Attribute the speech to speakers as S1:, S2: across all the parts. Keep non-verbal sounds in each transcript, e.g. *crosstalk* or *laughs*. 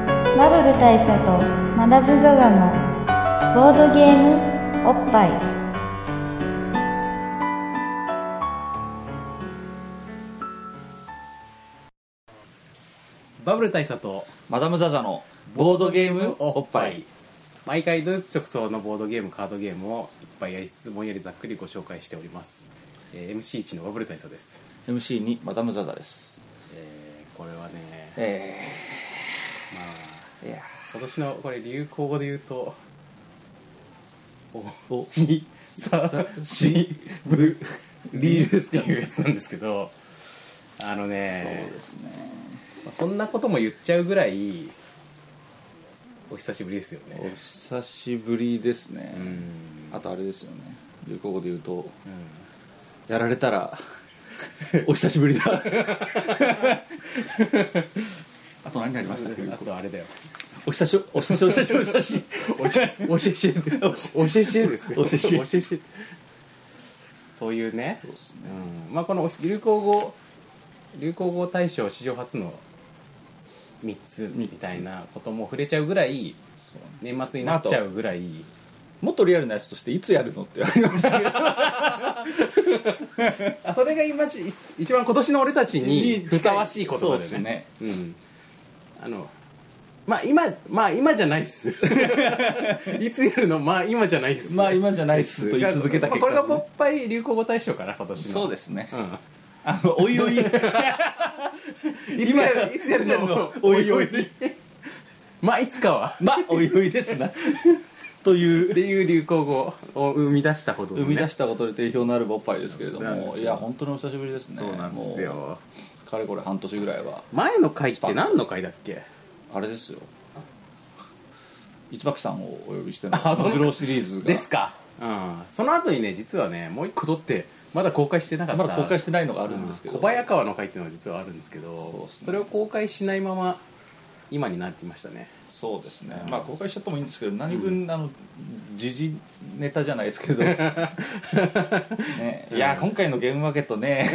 S1: 部大佐とマダム・ザ・ザのボードゲームおっぱい
S2: バブル大佐と
S3: マダム・ザ・ザのボードゲームおっぱい
S2: 毎回ドイツ直送のボードゲームカードゲームをいっぱいやりつつぼんやりざっくりご紹介しております、えー MC1 のバブル大佐です
S3: MC にマダム・ザ・ザです
S2: えーこれはね
S3: え
S2: まあ
S3: ー、いや
S2: 今年のこれ流行語で言うとお
S3: お
S2: にさしぶりっていうやつなんですけどあのね
S3: そうですね
S2: まあそんなことも言っちゃうぐらいお久しぶりですよ
S3: お
S2: ね
S3: 久しぶりですね
S2: うん
S3: あとあれですよね流行語で言うと
S2: うん
S3: やられたら *laughs* お久しぶりだ *laughs* あと何がありましたっけ
S2: あとあれだよ
S3: お久しお久しお久しお久しお久しお久しお
S2: おし
S3: 久し
S2: しです
S3: おしし
S2: おししそういうね
S3: そうですね
S2: うんまあこのおし流行語流行語大賞史上初の3つみたいなことも触れちゃうぐらい
S3: そうね
S2: 年末になっちゃうぐらい
S3: もっとリアルなやつとしていつやるのって言われましたけど
S2: あそれが今ち一番今年の俺たちにふさわしい言葉
S3: そうで
S2: ですね
S3: ね
S2: うんあのまあ今まあ今じゃないっ
S3: *laughs*
S2: すいつやるのまあ今じゃないっす
S3: まあ今じゃないっすと言い続けた結
S2: まあこ
S3: 果
S2: れ
S3: ね、
S2: がポッパイ流行語大賞かな今年の
S3: そうですね
S2: うん
S3: あのおい
S2: *laughs*
S3: おい
S2: いつやるいつやるの
S3: おいおい
S2: まあいつかは
S3: まあおいおいで
S2: *laughs*
S3: すなとい
S2: っ
S3: う
S2: ていう流行語を生み出したほどの
S3: 生
S2: ね、
S3: み出したことで定評のあるボッパイですけれど
S2: なんで
S3: も
S2: すよ
S3: いや本当にお久しぶりですね
S2: そうなんです
S3: も
S2: よ
S3: うかれこれ半年ぐらいは
S2: 前の回って何の回だっけ
S3: あれですよ一幕さんをお呼びしての
S2: あそう
S3: 郎シリーズが
S2: ですかうんその後にね実はねもう一個撮ってまだ公開してなかった
S3: まだ公開してないのがあるんですけど、
S2: うん小早川の回っていうのは実はあるんですけど
S3: そう
S2: そ
S3: っすね
S2: れを公開しないまま今になっていました
S3: *laughs*
S2: ね
S3: そうですねまあ公開しちゃってもいいんですけど何分、あの時事ネタじゃないです
S2: *laughs*
S3: けど、ね、いや今回のゲームマーケッ
S2: *laughs*
S3: トね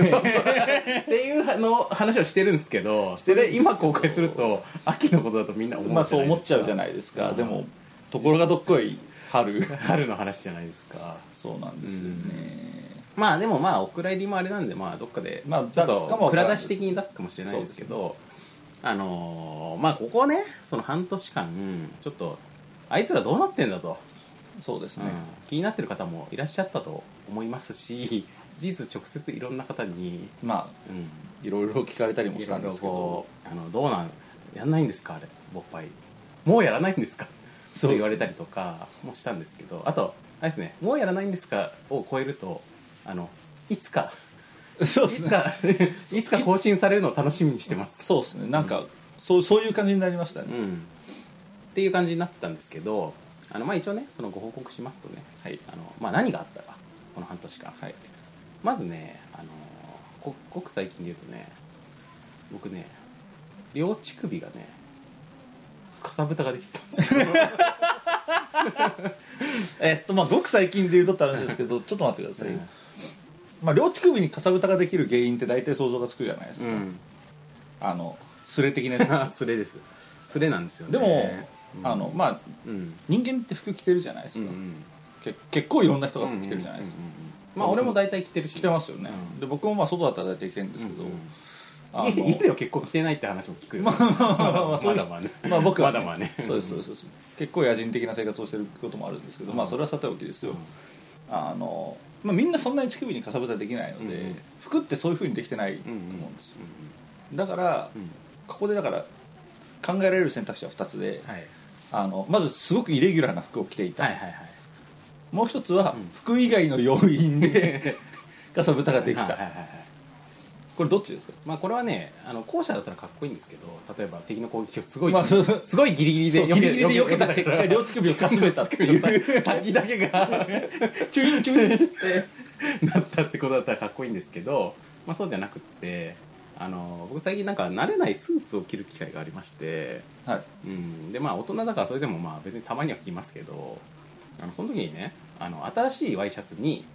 S2: っていうの話をしてるんですけどそれ今公開すると秋のことだとみんな思うじゃ
S3: ま
S2: ない
S3: あ
S2: ですか
S3: そう思っちゃうじゃないですか、でもところがどっこい春 *laughs*
S2: 春の話じゃないですか
S3: そうなんですよね、
S2: まあでもまあお蔵入りもあれなんでまあどっかで
S3: まあ
S2: ちょっ
S3: 出すか
S2: と
S3: もわから
S2: 蔵
S3: ん
S2: 出し的に出すかもしれないですけどあのーまあここねその半年間ちょっとあいつらどうなってんだと、
S3: そうです
S2: う
S3: ね
S2: ん、気になってる方もいらっしゃったと思いますし事実直接いろんな方に、
S3: ま
S2: うん、
S3: あいろいろ聞かれたりも
S2: い
S3: し
S2: ろ
S3: たん
S2: い
S3: で
S2: ろ
S3: すけど
S2: こうあのどうなんやんないんですかあれ勃発もうやらないんですか
S3: そ
S2: そう
S3: ですね
S2: 言われたりとかもしたんですけどあとあれですねもうやらないんですかを超えるとあのいつか
S3: そう
S2: いつかいつか更新されるのを楽しみにしてます、
S3: *laughs* そうですねなんか、そうそういう感じになりましたね、
S2: うん、っていう感じになってたんですけどあのまあ一応ねそのご報告しますとね、
S3: はい
S2: あのまあ、何があったかこの半年間、
S3: はい
S2: まずねあのこごく最近で言うとね僕ね両乳首がねかさぶたができてたんですよ
S3: えっとまあごく最近で言うとって話ですけ *laughs* どちょっと待ってください、まあ、両乳首にかさぶたができる原因って大体想像がつくじゃないです
S2: う
S3: か、
S2: ん
S3: あのスレ的 *laughs* なや
S2: *laughs* あスレですスレなんですよ
S3: つ
S2: ね
S3: でも、あのまあ
S2: うん
S3: 人間って服着てるじゃないです
S2: うん
S3: か、
S2: うん
S3: け結構いろんな人が服着てるじゃないですか、
S2: うんうんうんまあ俺も大体着てるし
S3: 着てますよね、
S2: うん
S3: で僕もまあ外だったら大体着てるんですけど、
S2: うんうん
S3: あの
S2: 家家では結構着てないって話も聞くよ、ま
S3: まあまあそういう
S2: だまあね
S3: まあ僕は、
S2: まだまあね
S3: そうですそうですそうです結構野人的な生活をしてることもあるんですけど、まあそれはさておきですよ、あの、まあ、みんなそんなに乳首にかさぶたできないので、
S2: うんうん
S3: 服ってそういうふうにできてないと思うんですよ、だから、
S2: うん
S3: ここでだから考えられる選択肢は2つで、
S2: はい
S3: あのまずすごくイレギュラーな服を着ていた、
S2: はいはいはい
S3: もう一つは、
S2: うん
S3: 服以外の要因
S2: *laughs*
S3: でかさぶたができた、
S2: はいはいはいはい
S3: これどっちですか
S2: まあこれはねあの後者だったらかっこいいんですけど例えば敵の攻撃をすごい、
S3: まあそうそう
S2: すごいギリギリで
S3: そうギリギリで避けた結果両乳首をかすめたっていう
S2: う *laughs* 先だけがチュインチュインっつってなったってことだったらかっこいいんですけど、まあ、そうじゃなくってあの僕最近なんか慣れないスーツを着る機会がありまして、
S3: はい
S2: うん、でまあ大人だからそれでもまあ別にたまには着ますけどあのその時にねあの新しいワイシャツに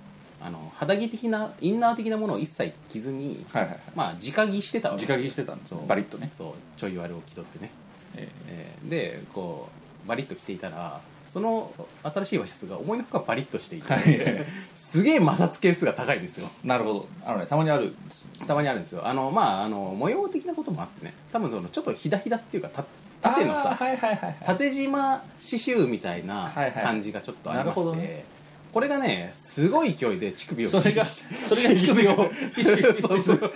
S2: あの肌着的なインナー的なものを一切着ずに
S3: はいはいはい
S2: まあ直着してたわけ
S3: 直着してたんです
S2: そう
S3: バリッとね
S2: そうちょい割れを気取ってね、
S3: え
S2: えーでこうバリッと着ていたらその新しい和室が思いのほかバリッとしていて、
S3: はい
S2: すげえ摩擦係数が高いんですよ
S3: *laughs* なるほどあのねたまにあるんですよ
S2: たまにあるんですよあのまああの模様的なこともあってね多分そのちょっとひだひだっていうかた縦の
S3: あー
S2: さ
S3: はいはいはいはい
S2: 縦縞刺繍みたいな
S3: はいはい
S2: 感じがちょっとありまして、
S3: なるほどね
S2: これがねすごい勢いで乳首を
S3: そ
S2: *laughs*
S3: れが
S2: 刺激
S3: それが乳首をピシピシピシピシ *laughs*
S2: そうそう *laughs*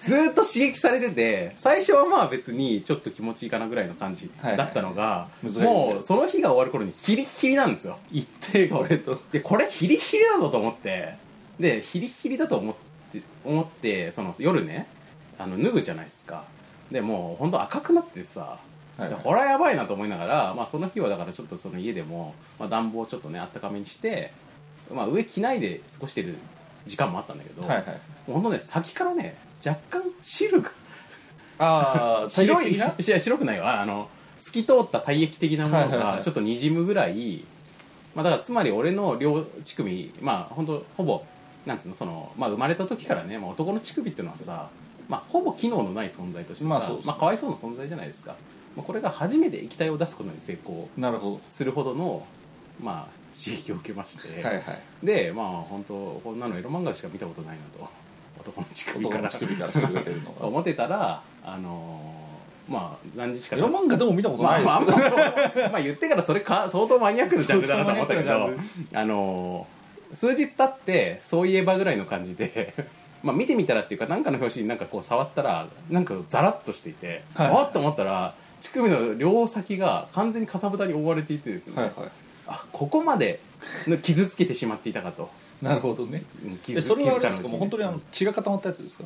S2: ずーっと刺激されてて最初はまあ別にちょっと気持ちいいかなぐらいの感じ
S3: はいはい
S2: だったのが、
S3: 難しいね
S2: もうその日が終わる頃にヒリヒリなんですよ
S3: 行って
S2: そう
S3: これと
S2: でこれヒリヒリだぞと思ってでヒリヒリだと思って思ってその夜ねあの脱ぐじゃないですかでもう本当赤くなってさ、
S3: はい
S2: でこれはやばいなと思いながら、まあ、その日はだからちょっとその家でも、まあ、暖房をちょっとねあったかめにして、まあ、上着ないで過ごしてる時間もあったんだけど、
S3: はいはい
S2: もうほんとね先からね若干汁が
S3: あ
S2: *laughs*
S3: あ
S2: 白い
S3: なはい
S2: や白くないよああの透き通った体液的なもの
S3: はいはいは
S2: が
S3: い
S2: ちょっとにじむぐらいまあだからつまり俺の両乳首まあ本当ほぼなんつうのその、まあ、生まれた時からね、まあ、男の乳首っていうのはさ、まあ、ほぼ機能のない存在としてさ、ま
S3: まあ
S2: あ
S3: そうですね
S2: かわいそうな存在じゃないですか、まあ、これが初めて液体を出すことに成功
S3: なるほ
S2: するほどの、まあ、刺激を受けまして、
S3: どはいはい
S2: でまあ本当こんなのエロ漫画でしか見たことないなと男の乳首
S3: 男
S2: か
S3: の
S2: ら
S3: 乳首から汁が出る
S2: *laughs*
S3: の
S2: と
S3: が
S2: 思ってたらあのーまあ何日か
S3: エロ漫画でも見たこと
S2: ま
S3: な
S2: あ
S3: いです
S2: まあ
S3: け
S2: まあまあ言ってからそれか相当マニアックなジャンルだなと思った
S3: *laughs*
S2: け
S3: 相当マニ
S2: ど
S3: アックな
S2: あのー数日経ってそういえばぐらいの感じでまあ見てみたらっていうかなんかの表紙になんかこう触ったらなんかザラッとしていて、
S3: はい
S2: あっと思ったら乳首の両先が完全にかさぶたに覆われていてですね、
S3: どはいは
S2: あここまで傷つけてしまっていたかと
S3: いなるほどね
S2: うん気づ
S3: えそれはあれです
S2: 気づかないうち
S3: か
S2: に
S3: もう本当にあの血が固まったやつですか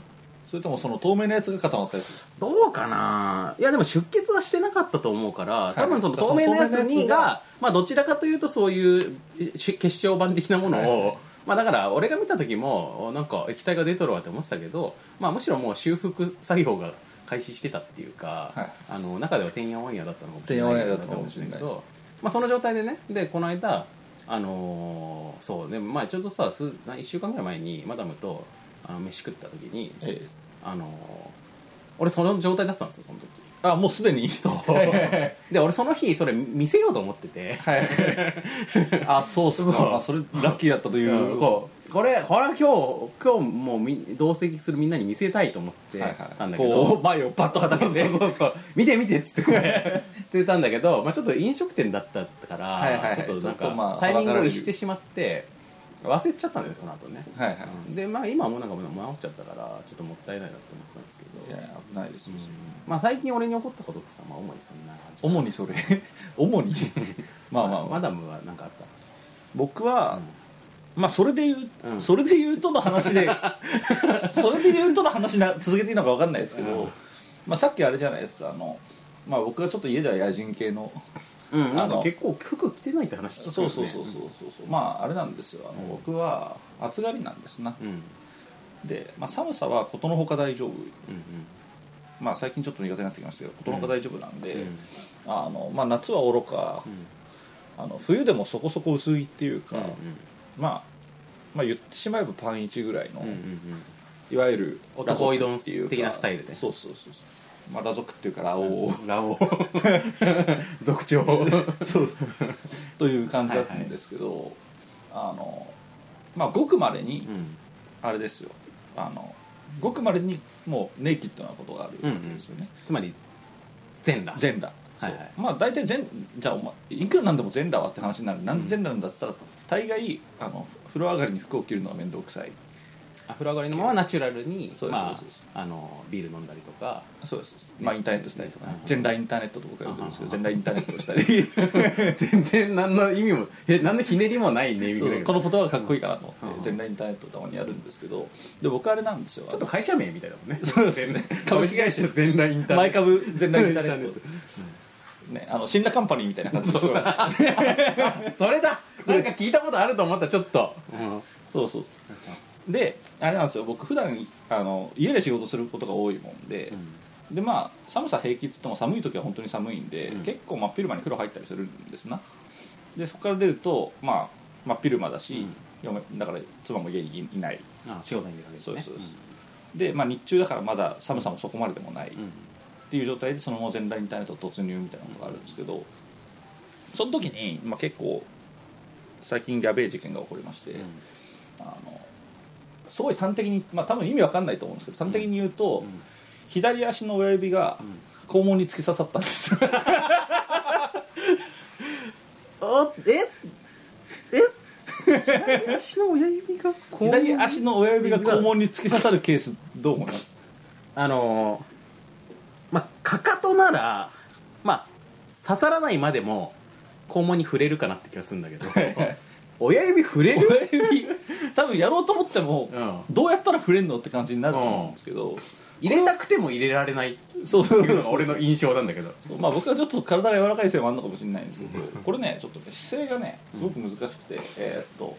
S3: それともその透明なやつが固まったやつですか
S2: どうかないやでも出血はしてなかったと思うから
S3: い
S2: 多分その透明なやつ
S3: 透明なや
S2: に
S3: つ
S2: が、
S3: が
S2: まあどちらかというとそういうし結晶板的なものを、
S3: はいはい
S2: まあだから俺が見た時もなんか液体が出とるわって思ってたけど、まあむしろもう修復作業が開始してたっていうか、
S3: はい
S2: あの中ではてんやわんやだったのかもしれ
S3: てん
S2: な
S3: やわん
S2: い
S3: やだったのかもしれないです
S2: まあその状態でねでこの間あのーそうねまあちょうどさ数な1週間ぐらい前にマダムとあの飯食った時に
S3: ええ
S2: あの俺その状態だったんですよその時
S3: あもうすでに *laughs*
S2: そうで俺その日それ見せようと思ってて
S3: はい *laughs* あそうっすか
S2: そう
S3: まあそれラッキーだったという
S2: こうこれこれは今日今日もうみ同席するみんなに見せたいと思って
S3: はい
S2: たん
S3: は
S2: だ
S3: い
S2: けど、
S3: こう前をバッと
S2: そう
S3: 叩いて
S2: そうそう見て見てっつってこ
S3: *laughs*
S2: れ捨てたんだけど、まあ、ちょっと飲食店だったから、
S3: はいはいはい
S2: ちょっとなん
S3: ちょっとまあ
S2: かタイミングを逸してしまって忘れちゃったんだよその後ね、
S3: はいはい
S2: うんでまあ今はもうなんかもう治っちゃったからちょっともったいないなって思ってたんですけ
S3: い
S2: ど
S3: や危ないですよ
S2: まあ最近俺に起こったことって言ったらまあ主にそんな感じ
S3: 主にそれ *laughs* 主
S2: *laughs*
S3: にまあまあま
S2: マ
S3: あ
S2: ダムは何かあった
S3: 僕はまあそれで言
S2: う
S3: うんそれで言うとの
S2: *laughs*
S3: 話でそれで言うとの話な続けていいのか分かんないですけ
S2: う
S3: ど
S2: ん
S3: まあさっきあれじゃないですかあのまあ僕がちょっと家では野人
S2: *laughs*
S3: 系の
S2: うんな
S3: な
S2: んん
S3: か
S2: か結構服着てないって話聞くよね
S3: そうそうそうそうそうそうまああれなんですよあの僕は暑がりなんですな
S2: うんうん
S3: でまあ寒さはことのほか大丈夫
S2: うん
S3: まあ最近ちょっと苦手になってきましたけどことのほか大丈夫なんで、
S2: うん
S3: あのまあ、夏はおろか、あの冬でもそこそこ薄いっていうか、
S2: うん
S3: まあ、まあ言ってしまえばパン1ぐらいの、
S2: うんうん
S3: いわゆる
S2: 男いどん
S3: っていうか
S2: 的なスタイルで
S3: そうそうそうそうまあ裸族っていうからおお、
S2: うんラオウ
S3: *laughs*
S2: 族長
S3: そうそう *laughs* という感じだったんですけど、あのまあごくまれに
S2: うん
S3: あれですよあのごくまれにもうネイキッドなことがあるわけですよね、
S2: つまり全裸
S3: 全裸そう
S2: はいはい
S3: まあ大体全じゃあお前いくらなんでも全裸はって話になるなんで全裸なんだっつったら大概あの風呂上がりに服を着るのは面倒くさい
S2: アフロ上がりのままナチュラルに
S3: そうです
S2: ま
S3: そうですそうです
S2: ああのビール飲んだりとか *laughs*
S3: そうですまあインターネットしたりとかね
S2: うん
S3: 全裸インターネットと僕は呼んでるんですけど
S2: う
S3: 全
S2: ん
S3: 裸インターネットしたりそう
S2: 全然何の意味もえ何のひねりもない
S3: *laughs*
S2: ネーミングだ
S3: そう
S2: け
S3: こ
S2: ど
S3: の言葉がかっこいいかなと
S2: うん
S3: 思っ
S2: う
S3: て
S2: ん
S3: 全裸インターネットをたまにやるんですけどで僕あれなんですよ
S2: ちょっと会社名みたいだもんね
S3: そうですね
S2: 株式会社全裸インターネ
S3: 前
S2: ット
S3: 株全裸インターネットねあの信羅カンパニーみたいな感じで
S2: それだなんか聞いたことあると思ったちょっとうん
S3: そうそうであれなんですよ僕普段あの家で仕事することが多いもんで、でまあ寒さ平気っつっても寒い時は本当に寒いんで、
S2: うん
S3: 結構真っ昼間に風呂入ったりするんですなでそこから出るとまあ真っ昼間だし、嫁だから妻も家にいいない
S2: あ仕事に出かけてね
S3: そうですそうですで、まあ、日中だからまだ寒さもそこまででもない、
S2: うん
S3: っていう状態でそのまま全裸インターネット突入みたいなことがあるんですけどその時に、まあ、結構最近ギャベー事件が起こりまして、あのすごい端的に、まあ、多分意味わかんないと思うんですけど端的に言うと、左足の親指が肛門に突き刺さったんですよ
S2: あええ左足の親指がこ
S3: 左足の親指が肛門に突き刺さるケースどう思います
S2: あのーまあかかとならまあ刺さらないまでも肛門に触れるかなって気がするんだけど *laughs* 親指触れる、
S3: 親指多分やろうと思っても、
S2: うん、
S3: どうやったら触れんのって感じになると思うんですけど、
S2: *laughs* 入れたくても入れられないって
S3: そうそう
S2: いうのが俺の印象なん *laughs* だけど
S3: まあ僕はちょっと体が柔らかいせいもあるのかもしれないんですけどこれねちょっとね姿勢がねすごく難しくて、えーっと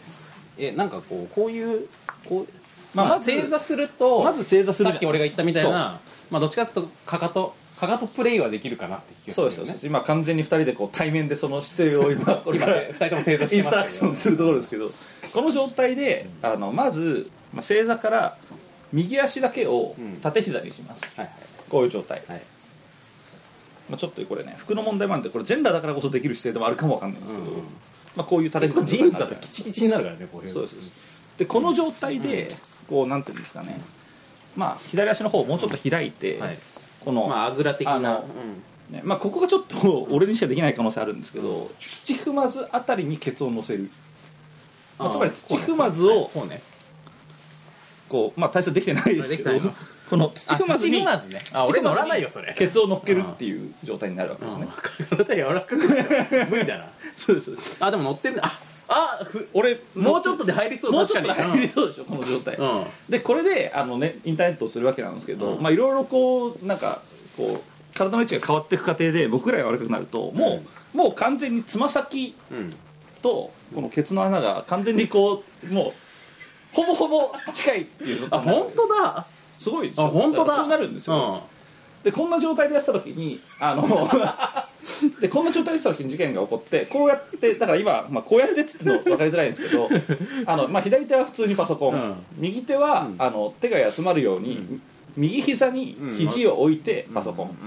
S2: えなんかこうこういうこう、
S3: まあ
S2: まあ、
S3: まず
S2: 正座すると
S3: まず正座す
S2: さ
S3: るじゃん
S2: っき俺が言ったみたいなまあどっちかっていうとかかとかかとプレイはできるかなって気がす
S3: そう
S2: る
S3: ですよね今完全に2人でこう対面でその姿勢
S2: *laughs*
S3: を今これ
S2: 今
S3: からイ
S2: ね
S3: ン
S2: 二人とも正座してます
S3: ストラクションするところですけどこの状態であのまず、まあ、正座から右足だけを
S2: うん
S3: 縦膝にします、
S2: はい
S3: こういう状態、
S2: はいはい
S3: まあ、ちょっとこれね服の問題もあるんでこれジェンダーだからこそできる姿勢でもあるかもわかんないんですけど、
S2: うんうん
S3: まあ、こういう縦膝の
S2: ジ
S3: 状態
S2: ーンズだ
S3: になる
S2: とキチキチになるからねこういう
S3: そうですでこの状態でこうなんていうんですかねまあ左足の方をもうちょっと開いて、
S2: はい
S3: この、
S2: まああぐら的
S3: あ
S2: な
S3: のねまあ、ここがちょっと *laughs* 俺にしかできない可能性あるんですけど土踏まずあたりにケツを乗せるまあつまり土踏まずを
S2: こうね
S3: こうまあ体操できてないです
S2: で
S3: けど
S2: きてないの
S3: *laughs* この土
S2: あ
S3: 踏まず
S2: 土
S3: に
S2: 踏まずねあ俺乗らないよそれ
S3: ケツを乗っけるっていう状態になるわけですね、
S2: 体柔らかくない無理だな
S3: そうですそうです
S2: あでも乗ってるねああふ俺もうちょっとで入りそう
S3: もうちょっと
S2: 確かに
S3: 入りそうでしょこの状態、
S2: うんうん
S3: でこれであの、ね、インターネットをするわけなんですけど、
S2: うん
S3: まあいろいろこうなんかこう体の位置が変わっていく過程で僕らが悪くなるともう、もう完全につま先
S2: うん
S3: とこのケツの穴が完全にこうもうほぼほぼ近いっていう
S2: あ本当だ
S3: すごいでし
S2: あ
S3: ょ
S2: 本当だ
S3: こうなるんですよ、
S2: うん
S3: でこんな状態でやってた時にあ
S2: *laughs*
S3: のでこんな状態でやってた時に事件が起こってこうやってだから今、まあ、こうやってっつっての分かりづらいんですけ
S2: *laughs*
S3: どあの、まあ、左手は普通にパソコン、
S2: うん
S3: 右手は、
S2: うん
S3: あの手が休まるように、右膝に肘を置いてパソコン、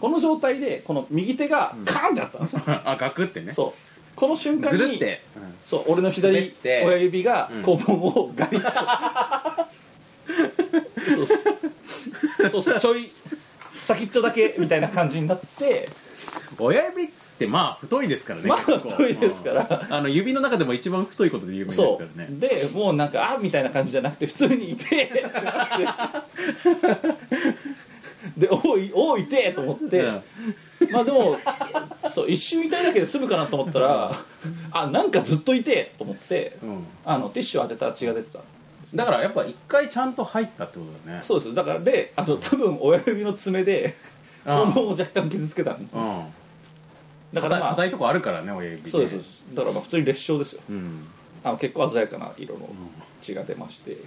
S3: この状態でこの右手がカーンってあったんですよ、
S2: *laughs* あガクってね
S3: そうこの瞬間
S2: ず
S3: に
S2: るって
S3: そう俺の
S2: 滑
S3: 左
S2: って
S3: 親指が
S2: うん
S3: 肛門をガリッと、そうそうそうそうちょい先っちょだけみたいな感じになって
S2: 親指ってまあ太いですからね
S3: まあ
S2: 結構
S3: 太いですから
S2: うんあの指の中でも一番太いことで有名ですか
S3: そ
S2: らね
S3: うでもうなんかあみたいな感じじゃなくて普通にいてってなってでおいおいてと思って、
S2: うん
S3: まあでもそう一瞬痛いだけで済むかなと思ったらあなんかずっといてと思って、
S2: うん
S3: あのティッシュを当てたら血が出てた
S2: だからやっぱ一回ちゃんと入ったってことだね
S3: そうですだからであの多分親指の爪で
S2: ああ
S3: 肛門を若干傷つけたんですね
S2: うん
S3: だか
S2: 硬
S3: ら
S2: い
S3: まあ
S2: 硬いとこあるからね親指ね
S3: そうですそうですだからまあ普通に裂傷ですよ
S2: うん
S3: あの結構鮮やかな色の血が出まして、
S2: うん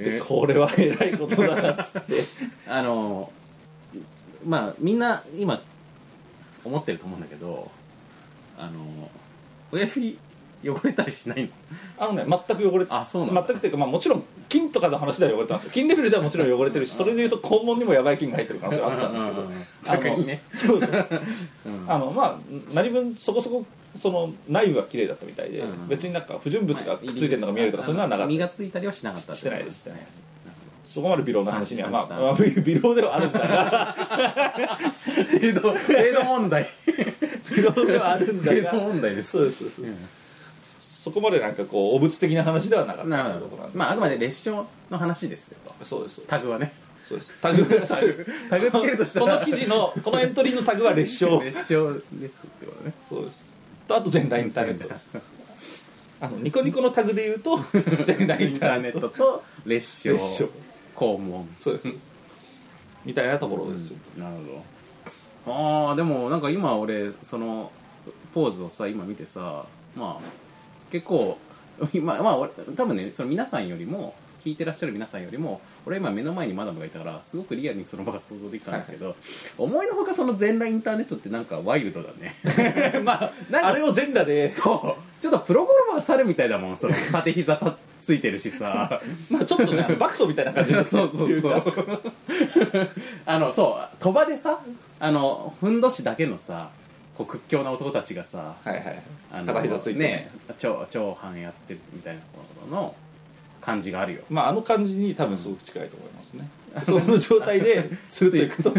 S3: で
S2: えー
S3: これはえらいことだなっつって
S2: *laughs* あのまあみんな今思ってると思うんだけどあの親指汚れたりしないの
S3: あのね全く汚れて
S2: あそうなんだ
S3: 全くというか、まあ、もちろん菌とかの話では汚れてますよ菌レベルではもちろん汚れてるしそれでいうと肛門にもやばい菌が入ってる可能性はあったんですけど
S2: うん逆にね
S3: あのそうそう
S2: うん
S3: あのまあ何分そこそこその内部は綺麗だったみたいで、
S2: うん
S3: 別になんか不純物がくっついてるのが見えるとか、そういうのはなかった
S2: 身がついたりはしなかった
S3: してないですして
S2: ね
S3: ないですそこまで微量な話にはまあ、
S2: あ
S3: まあ、微微量ではあるんだが
S2: 程度程度問題
S3: *laughs* 微量ではあるんだ
S2: 程度
S3: が
S2: 問題です
S3: そうですそうです、そこまでなんかこう汚物的な話ではなかった
S2: なる
S3: という
S2: ほ
S3: ことな
S2: ど
S3: んです
S2: まああくまで列車の話ですよと
S3: そうです
S2: タグはね
S3: そうですタグください
S2: タグつけるとした
S3: この
S2: ら
S3: 記事のこのエントリーのタグは列称
S2: *laughs* 列車ですってこと *laughs* ね
S3: *laughs* そうですとあと全裸インターネット *laughs* ですあのニコニコのタグで言う *laughs* と全裸イ
S2: イ
S3: ン
S2: ン
S3: タ
S2: ター
S3: ーネ
S2: ネ
S3: ッ
S2: ット
S3: ト
S2: と列車
S3: 列車
S2: 肛門
S3: そうですみたいなところですよ、
S2: なるほどああでもなんか今俺そのポーズをさ今見てさまあ結構 *laughs* 今まあ俺多分ねその皆さんよりも聞いてらっしゃる皆さんよりも俺今目の前にマダムがいたからすごくリアルにその場が想像できたんですけど、思いのほかその全裸インターネットってなんかワイルドだ
S3: *laughs*
S2: ね
S3: *laughs* まあ
S2: なんか
S3: あれを全裸で
S2: そうちょっとプロゴルファー猿みたいだもんその縦膝立ついてるし
S3: *laughs*
S2: さ
S3: まあちょっとねあのバクトみたいな感じ
S2: そ
S3: で
S2: うそうそうあのそう鳥羽でさあのふんどしだけのさこう屈強な男たちがさ
S3: *laughs* はいはい
S2: あの
S3: 片膝ついてね
S2: 超超半やってるみたいなことの感じがあるよ
S3: まああの感じに多分すごく近いと思いますね、その状
S2: *laughs*
S3: 態でつるっといく *laughs* と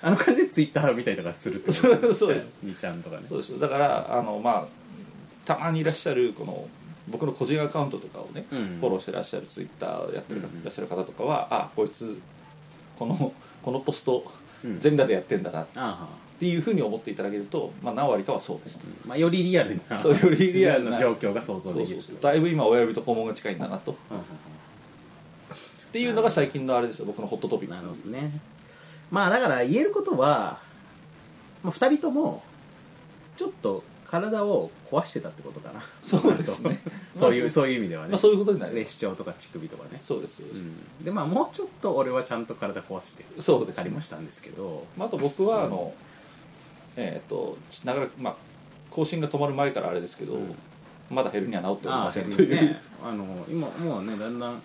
S2: あの感じでツイッター見たりとかするってこと
S3: そうそうです
S2: みちゃんとかね
S3: そうですよだからあのまあたまにいらっしゃるこの僕の個人アカウントとかをね、
S2: うん
S3: フォローしてらっしゃるツイッターやって
S2: う
S3: る、
S2: ん
S3: いらっしゃる方とかはあこいつこのこのポスト
S2: うん
S3: 全裸でやってんだなっ
S2: あ
S3: ていうふうに思っていただけると、まあ、何割かはそうです、
S2: あ、まあ、よりリアルな
S3: そうよりリアルな
S2: 状況が想像
S3: そうそ
S2: で
S3: う
S2: きる
S3: そうだいぶ今親指と肛門が近いんだなと
S2: うんうん
S3: っていうのが最近のあれですよ僕のホットトピ
S2: うん
S3: ッ
S2: な
S3: ク
S2: るほどねまあだから言えることは、まあ、2人ともちょっと体を壊してたってことかな
S3: そうですね
S2: *laughs* そうい
S3: ま
S2: う
S3: あ
S2: そういう意味ではね、
S3: まあ、そういうことになる
S2: ね視聴とか乳首とかね、
S3: そうです、よ
S2: うん、でまあもうちょっと俺はちゃんと体壊して
S3: そうです
S2: かりましたんですけど
S3: まあ、あと僕はあの、えーっとなかなかまあ更新が止まる前からあれですけど、
S2: うん
S3: まだ減るには治っており
S2: ああ
S3: ま
S2: ヘ
S3: せん
S2: ル
S3: と
S2: ニ
S3: いう、
S2: アねあの今もうねだんだん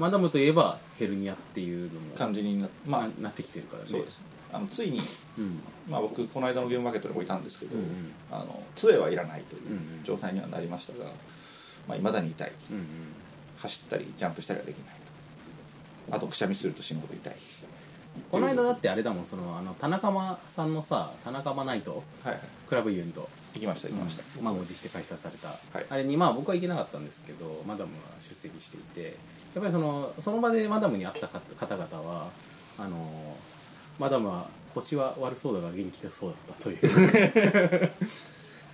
S2: マダムといえばヘルニアっていうのも
S3: 感じになまあ
S2: ななってきてるからね
S3: そうですあのついに、
S2: うん
S3: まあ、僕この間のゲームマーケットにもいたんですけど、
S2: うんうん
S3: あの杖はいらないとい
S2: んう
S3: うん状態にはなりましたが、まあ、未だに痛い
S2: うんうん
S3: 走ったりジャンプしたりはできないとあとくしゃみすると死ぬほど痛い
S2: この間だってあれだもんそのあの田中間さんのさ田中間ナイト
S3: はいはい
S2: クラブイベント
S3: 行きました行きました、
S2: まあ満を持して開催された、
S3: い
S2: あれにまあ僕は行けなかったんですけどマダムは出席していてやっぱりそのその場でマダムに会った方方々はあのマダムは腰は悪そうだが元気がそうだったという *laughs* っ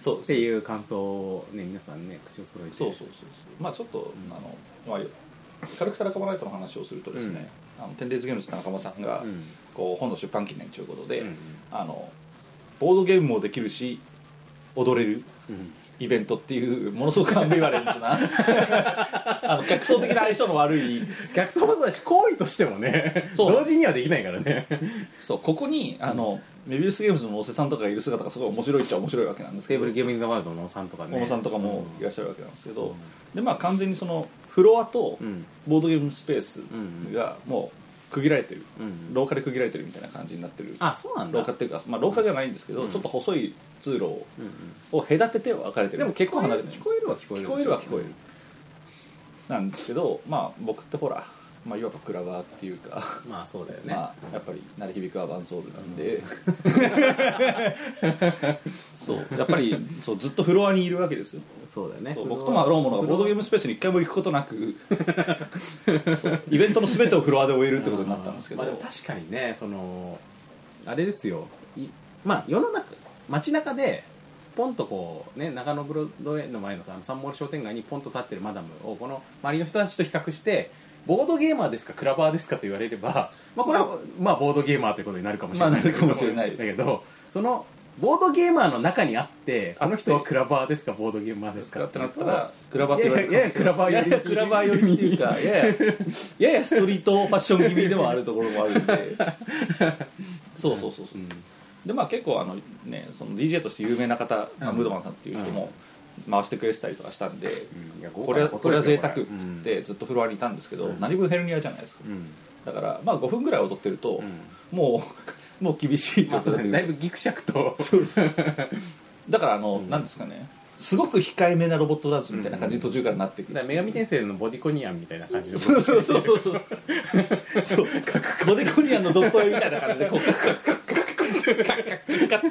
S3: そうです
S2: ていう感想をね皆さんね口を揃えて
S3: そうそうそうそうまあちょっと、あの、まあ、軽く田中間ライトの話をするとですね、あの天霊図ゲームズ田中間さんが、
S2: うん
S3: こう本の出版記念ということで、
S2: うんうん
S3: あのボードゲームもできるし踊れる
S2: うん
S3: イベントっていうものすごくアンビバレンス
S2: *laughs*
S3: なあの客層的な相性の悪い
S2: 逆走もそうだし行為としてもね *laughs*
S3: そう
S2: 同時にはできないからね
S3: そうここにあの、メビウスゲームズのおせさんとかがいる姿がすごい面白いっちゃ面白いわけなんで
S2: *laughs*
S3: す
S2: テ
S3: け
S2: ー
S3: ど
S2: ブルゲームインザワールドの小野さんとかね
S3: 小野さんとかもいらっしゃるわけなんですけど、でまあ完全にそのフロアと
S2: うん
S3: ボードゲームスペースがもう区切られてる、
S2: うん
S3: 廊下で区切られてるみたいな感じになってる
S2: あそうなんだ
S3: 廊下っていうか、まあ、廊下じゃないんですけど、
S2: うん
S3: ちょっと細い通路を
S2: うんうん
S3: を隔てて分かれてる
S2: でも結構離
S3: 離れ
S2: れ
S3: て
S2: て
S3: る
S2: 聞こえるは聞こえる
S3: 聞こえるは聞こえるなんですけどまあ僕ってほら、まあ、いわばクラバーっていうか、
S2: まあそうだよね、
S3: まあやっぱり鳴り響くアバンソールなんで、 *laughs* そうやっぱりそうずっとフロアにいるわけですよ
S2: そうだよね
S3: そう僕とマローモのがボードゲームスペースに一回も行くことなくそうイベントの全てをフロアで終えるってことになったんですけど、
S2: まあ、でも確かにねそのあれですよいまあ世の中街中でポンとこうね中野ブロードウェイの前のさあのサンモール商店街にポンと立ってるマダムをこの周りの人たちと比較してボードゲーマーですかクラバーですかと言われれば、まあ、これは、まあ、ボードゲーマーということになるかもしれない,、
S3: まあなるかもしれない
S2: だけどそのボードゲーマーの中にあってあの人はクラバーですかボードゲーマーですか
S3: ってなったらクラバーって
S2: い
S3: 言わ
S2: やい
S3: れる
S2: やいやクラバー
S3: や
S2: より
S3: やクラバー寄りっていうかややややストリートファッション気味でもあるところもあるんでそうそうそうそう、でまあ結構あのねその DJ として有名な方、まあムードマンさんっていう人も回してくれてたりとかしたんで、
S2: うんいや
S3: これは
S2: 豪
S3: こ
S2: 華
S3: れ
S2: な
S3: は
S2: ことです
S3: 贅
S2: よこれ
S3: 沢っつってずっとフロアにいたんですけど、
S2: うん
S3: 何分ヘルニアじゃないですか、
S2: うん
S3: だからまあ5分ぐらい踊ってると、
S2: う
S3: もうもう厳しいって
S2: まあ
S3: こ
S2: そ
S3: と
S2: う
S3: だ
S2: だね
S3: という
S2: だいぶギクシャクと
S3: そうそうだからあの、
S2: ん
S3: なんですかねすごく控えめなロボットダンスみたいな感じに途中からなってく
S2: だか
S3: る、
S2: ら女神転生のボディコニアンみたいな感じの
S3: そうそうそうそうそうそうボデコニアンのドット絵みたいな感じでこうカッカッカッカッカッカッカッカッカッっ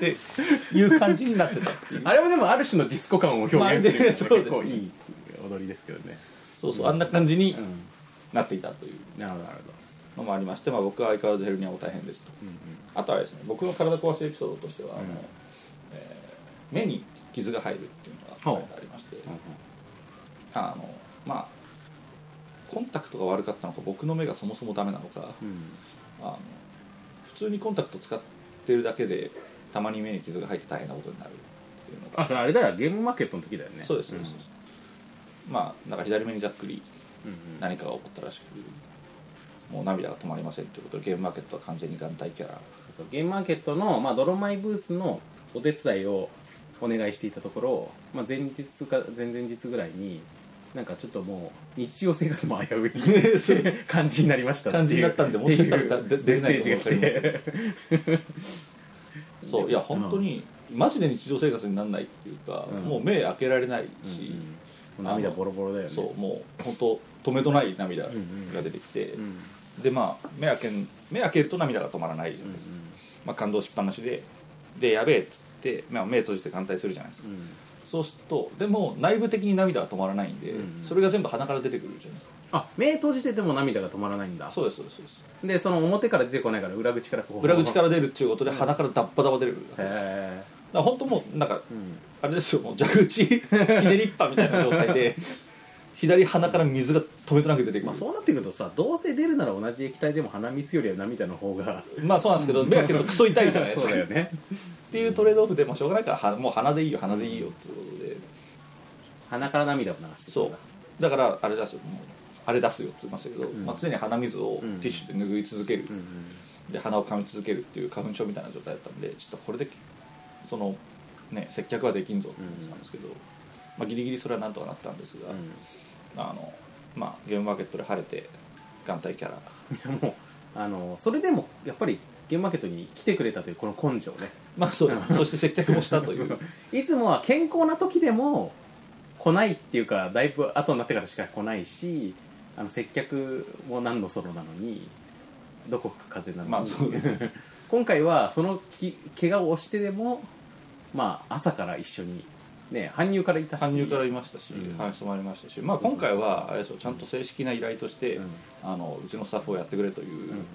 S3: ていう感じになってたっていう
S2: あれもでもある種のディスコ感を表現する結
S3: ま
S2: 構
S3: あねそうです
S2: いい踊りですけどね、
S3: そうそうあんな感じに
S2: う、
S3: なっていたというん
S2: なるほどなるほど、
S3: のもありまして、まあ、僕は相変わらずヘルニアも大変ですとあとあれですね僕の体壊しエピソードとしては、あの
S2: うん
S3: えー目に傷が入るっていうのがありまして、あのまあコンタクトが悪かったのか僕の目がそもそもダメなのか
S2: うん
S3: あの普通にコンタクト使ってるだけでたまに目に傷が入って大変なことになるっていうのが
S2: あそれあれだよゲームマーケットの時だよね
S3: そうですそうです、まあなんか左目にざっくり
S2: うんうん
S3: 何かが起こったらしくもう涙が止まりませんということでゲームマーケットは完全に眼帯キャラ
S2: そうそうゲームマーケットの、まあ、泥米ブースのお手伝いをお願いしていたところ、まあ、前日か前々日ぐらいになんかちょっともう日常生活も危う *laughs* い感じになりました
S3: 感じになったんでもしかしたらだ
S2: っていう
S3: 出
S2: メ
S3: れな
S2: ッ
S3: い
S2: セ
S3: か
S2: ー
S3: もし
S2: ジ
S3: れ
S2: が
S3: ません
S2: 来て
S3: そういや本当に、マジで日常生活にならないっていうか、
S2: うん
S3: もう目開けられないし、
S2: うん涙ボロボロだよね
S3: そうもう本当止めどない涙が出てきて、
S2: うん
S3: でまあ目開けん目開けると涙が止まらないじゃないですか、まあ、感動しっぱなしででやべえっつって、まあ、目閉じて眼帯するじゃないですか、
S2: うん
S3: そうするとでも内部的に涙が止まらないんで、
S2: うんうん
S3: それが全部鼻から出てくるじゃないですか
S2: あ目閉じてても涙が止まらないんだ
S3: そうですそうですそうです
S2: でその表から出てこないから裏口からこう
S3: 裏口から
S2: へ
S3: ら出るっていうことで鼻からダッパダバ出てくるだから
S2: え
S3: 本当もうなんか
S2: うん
S3: あれですよもう蛇口ひねりっぱみたいな状態
S2: *laughs*
S3: で左鼻から水が止めとなく出てくる
S2: まあそうなってくるとさどうせ出るなら同じ液体でも鼻水よりは涙の方が
S3: まあそうなんですけど目開けるとクソ痛いじゃない
S2: *laughs*
S3: で
S2: そ
S3: す
S2: う
S3: か
S2: だよね
S3: っていうトレードオフでもうしょうがないからはもう鼻でいいよ鼻でいいよっていうことで
S2: 鼻から涙を流して
S3: そうだからあれ出すよもうあれ出すよって言いましたけど、
S2: ん
S3: まあ、常に鼻水を
S2: うん
S3: ティッシュで拭い続ける、
S2: うんうん
S3: で鼻を噛み続けるっていう花粉症みたいな状態だったんでちょっとこれでそのね接客はできんぞって思ってたんですけど、まあ、ギリギリそれはなんとかなったんですが、あのまあゲームマーケットで晴れて眼帯キャラ
S2: うんでもあのそれでもやっぱりゲームマーケットに来てくれたというこの根性ね
S3: まあそうですそして接客もした
S2: *laughs*
S3: という
S2: いつもは健康な時でも来ないっていうかだいぶ後になってからしか来ないしあの接客も何のソロなのにどこか風邪なのに、
S3: まあそうです
S2: *laughs* 今回はそのき怪我をしてでもまあ朝から一緒にね搬入からいたし
S3: 搬入からいましたし、
S2: うん
S3: 搬出もありましたし、まあ、今回はあれですよちゃんと正式な依頼として、
S2: うん
S3: あのうちのスタッフをやってくれという、
S2: うんうん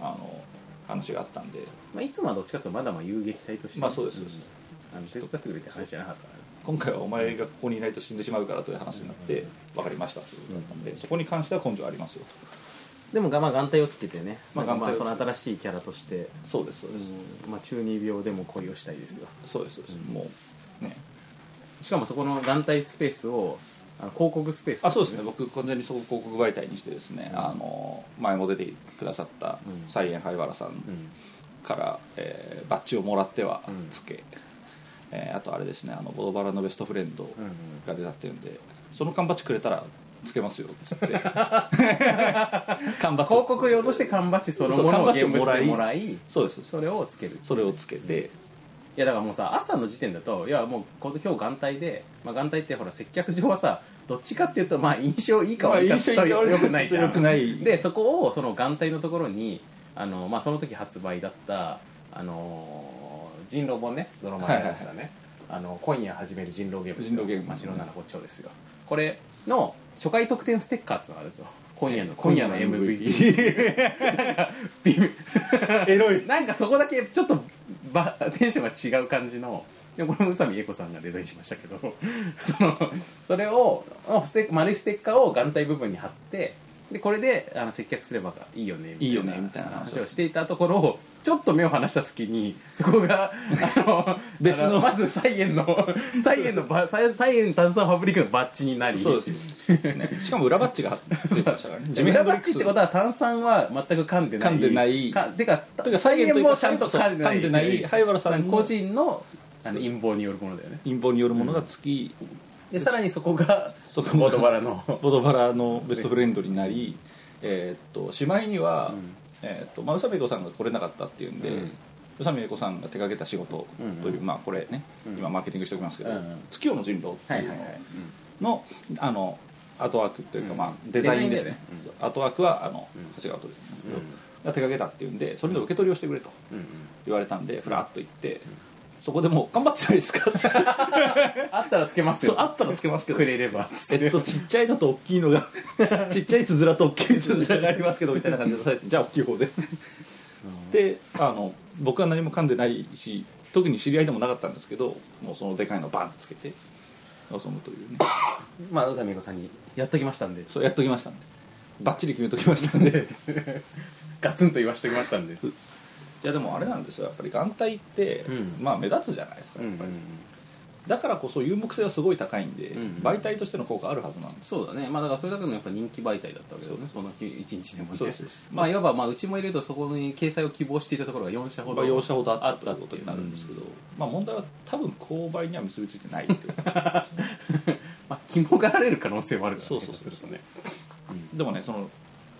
S3: あの話があったんで、
S2: まあ、いつもはどっちかというとまだまあ遊撃隊として、
S3: まあそうですそうです
S2: うんあの手伝ってくれって話じゃなかったから
S3: 今回はお前がここにいないと死んでしまうからという話になって、分かりましたということだったんで、そこに関しては根性ありますよ
S2: でもまあ眼帯をつけてね、
S3: まあ
S2: なんかまあ
S3: 眼
S2: そ
S3: 帯
S2: の
S3: をつ
S2: 新し
S3: けて
S2: いキャラとして、
S3: とそうですそう
S2: う
S3: です、
S2: んまあ、中二病でも恋をしたいですよ
S3: そうですそうです、もうね
S2: しかもそこの眼帯スペースをあの広告スペース
S3: あそうですね僕完全にそこ広告媒体にしてですね、あの前も出てくださった
S2: うん
S3: 菜園灰原さん
S2: うん
S3: から、えーバッジをもらっては
S2: うん
S3: つけ、えーあとあれですねあのボドバラのベストフレンド
S2: うんうん
S3: が出たっていうんで、その缶バッジくれたらつけますよっつって *laughs* 缶バッジ
S2: 広告用として缶バッジそのも
S3: そう
S2: のを
S3: 缶バッ
S2: 現
S3: ジを
S2: 物で
S3: も
S2: もら
S3: ら
S2: い
S3: いそうです
S2: それをつけるい
S3: それをつけて、
S2: やだからもうさ朝の時点だといやもうこ今日眼帯で、まあ、眼帯ってほら接客上はさどっちかっていうとまあ印象いいか悪いか
S3: まあ印象いいか
S2: よ
S3: 悪いか
S2: くないじゃん
S3: ちょっと良くない
S2: でそこをその眼帯のところにあの、まあ、その時発売だったあのー人狼本ねドラマやりましたね、あの今夜始める人狼ゲームですよ
S3: 人狼ゲーム
S2: 真っ白ならごっちょうですよこれの初回特典ステッカーっていうのがあるんですよ今夜の今夜の MVP *laughs* 微妙
S3: エロい
S2: なんかそこだけちょっとばテンションが違う感じのでもこれも宇佐美恵子さんがデザインしましたけど *laughs* そのそれをあステッ丸いステッカーを眼帯部分に貼ってでこれであの接客すればいいよねみたいない
S3: いよねみたいな
S2: 話をしていたところをちょっと目を離した隙にそこがあの
S3: 別の
S2: あまずサイエンのサイエンのばサイサイエン炭酸ファブリックのバッジになり
S3: そうです、ね、
S2: *laughs*
S3: しかも裏バッジがついてましたからね
S2: ジメラバッチってことは炭酸は全く噛んでない
S3: 噛んでない
S2: かてか
S3: というか再現という
S2: も
S3: か
S2: ちゃんと噛んでない
S3: 噛んでない灰原さんの
S2: 個人のあの陰謀によるものだよね
S3: 陰謀によるものがつき、
S2: でさらにそこが
S3: そこも *laughs*
S2: ボードバラの
S3: ボドバラのベストフレンドになり、えーっとしまいには、
S2: うん
S3: えーっとまあ、宇佐美恵子さんが来れなかったっていうんで、
S2: うん
S3: 宇佐美恵子さんが手掛けた仕事という、
S2: うんう
S3: まあ、これね、
S2: うん
S3: 今マーケティングしておきますけど「
S2: うんうん
S3: 月夜の人狼」って
S2: はいいうは
S3: の
S2: い
S3: の,、
S2: はい
S3: あのアートワークというか、
S2: うん
S3: まあ、デザインですね
S2: デザインだよね
S3: アートワークはあの
S2: ん
S3: 長谷川とですけ
S2: うん
S3: ど、が手掛けたっていうんでそれの受け取りをしてくれと
S2: うんうん
S3: 言われたんでふらっと行って、そこでもう「頑張ってないですか」って
S2: *laughs* あったらつけます
S3: そう
S2: よ
S3: あったらつけますけど
S2: くれれば
S3: えっと、ちっちゃいのと大きい
S2: *laughs*
S3: のがちっちゃいつづらと大きいつづらがありますけどみたいな感じでさじゃあ大きい方でであの僕は何も噛んでないし特に知り合いでもなかったんですけどもうそのでかいのバンとつけて臨むというね
S2: まあ宇佐美子さんにやっときましたんで
S3: そうやっときましたんでバッチリ決めときましたんで
S2: ガツンと言わしてきましたんで
S3: *laughs* いやでもあれなんですよやっぱり眼帯って、
S2: うん
S3: まあ目立つじゃないですか
S2: うん
S3: や
S2: う
S3: っ
S2: ん
S3: ぱ
S2: う
S3: り、
S2: ん
S3: だからこそ有目性はすごい高いんで、
S2: うん
S3: 媒体としての効果あるはずなんです
S2: そうだね、まあ、だからそれだけのやっぱ人気媒体だったわけだよね、その1日でもね、
S3: そうそうそう
S2: まあ、いわば、まあ、うちも入れると、そこに掲載を希望していたところが4社ほ
S3: ま
S2: ど、
S3: あ、容赦ほどあ
S2: あ
S3: っ
S2: った
S3: と
S2: た
S3: い
S2: っ
S3: う
S2: て
S3: こと
S2: いう
S3: に
S2: *laughs*
S3: なるんですけど、まあ、問題は多分購買には結びついてないっていう
S2: まあ、ひもがられる可能性もあるから、
S3: そうそうそ
S2: 下
S3: う
S2: 手するとね
S3: でもねその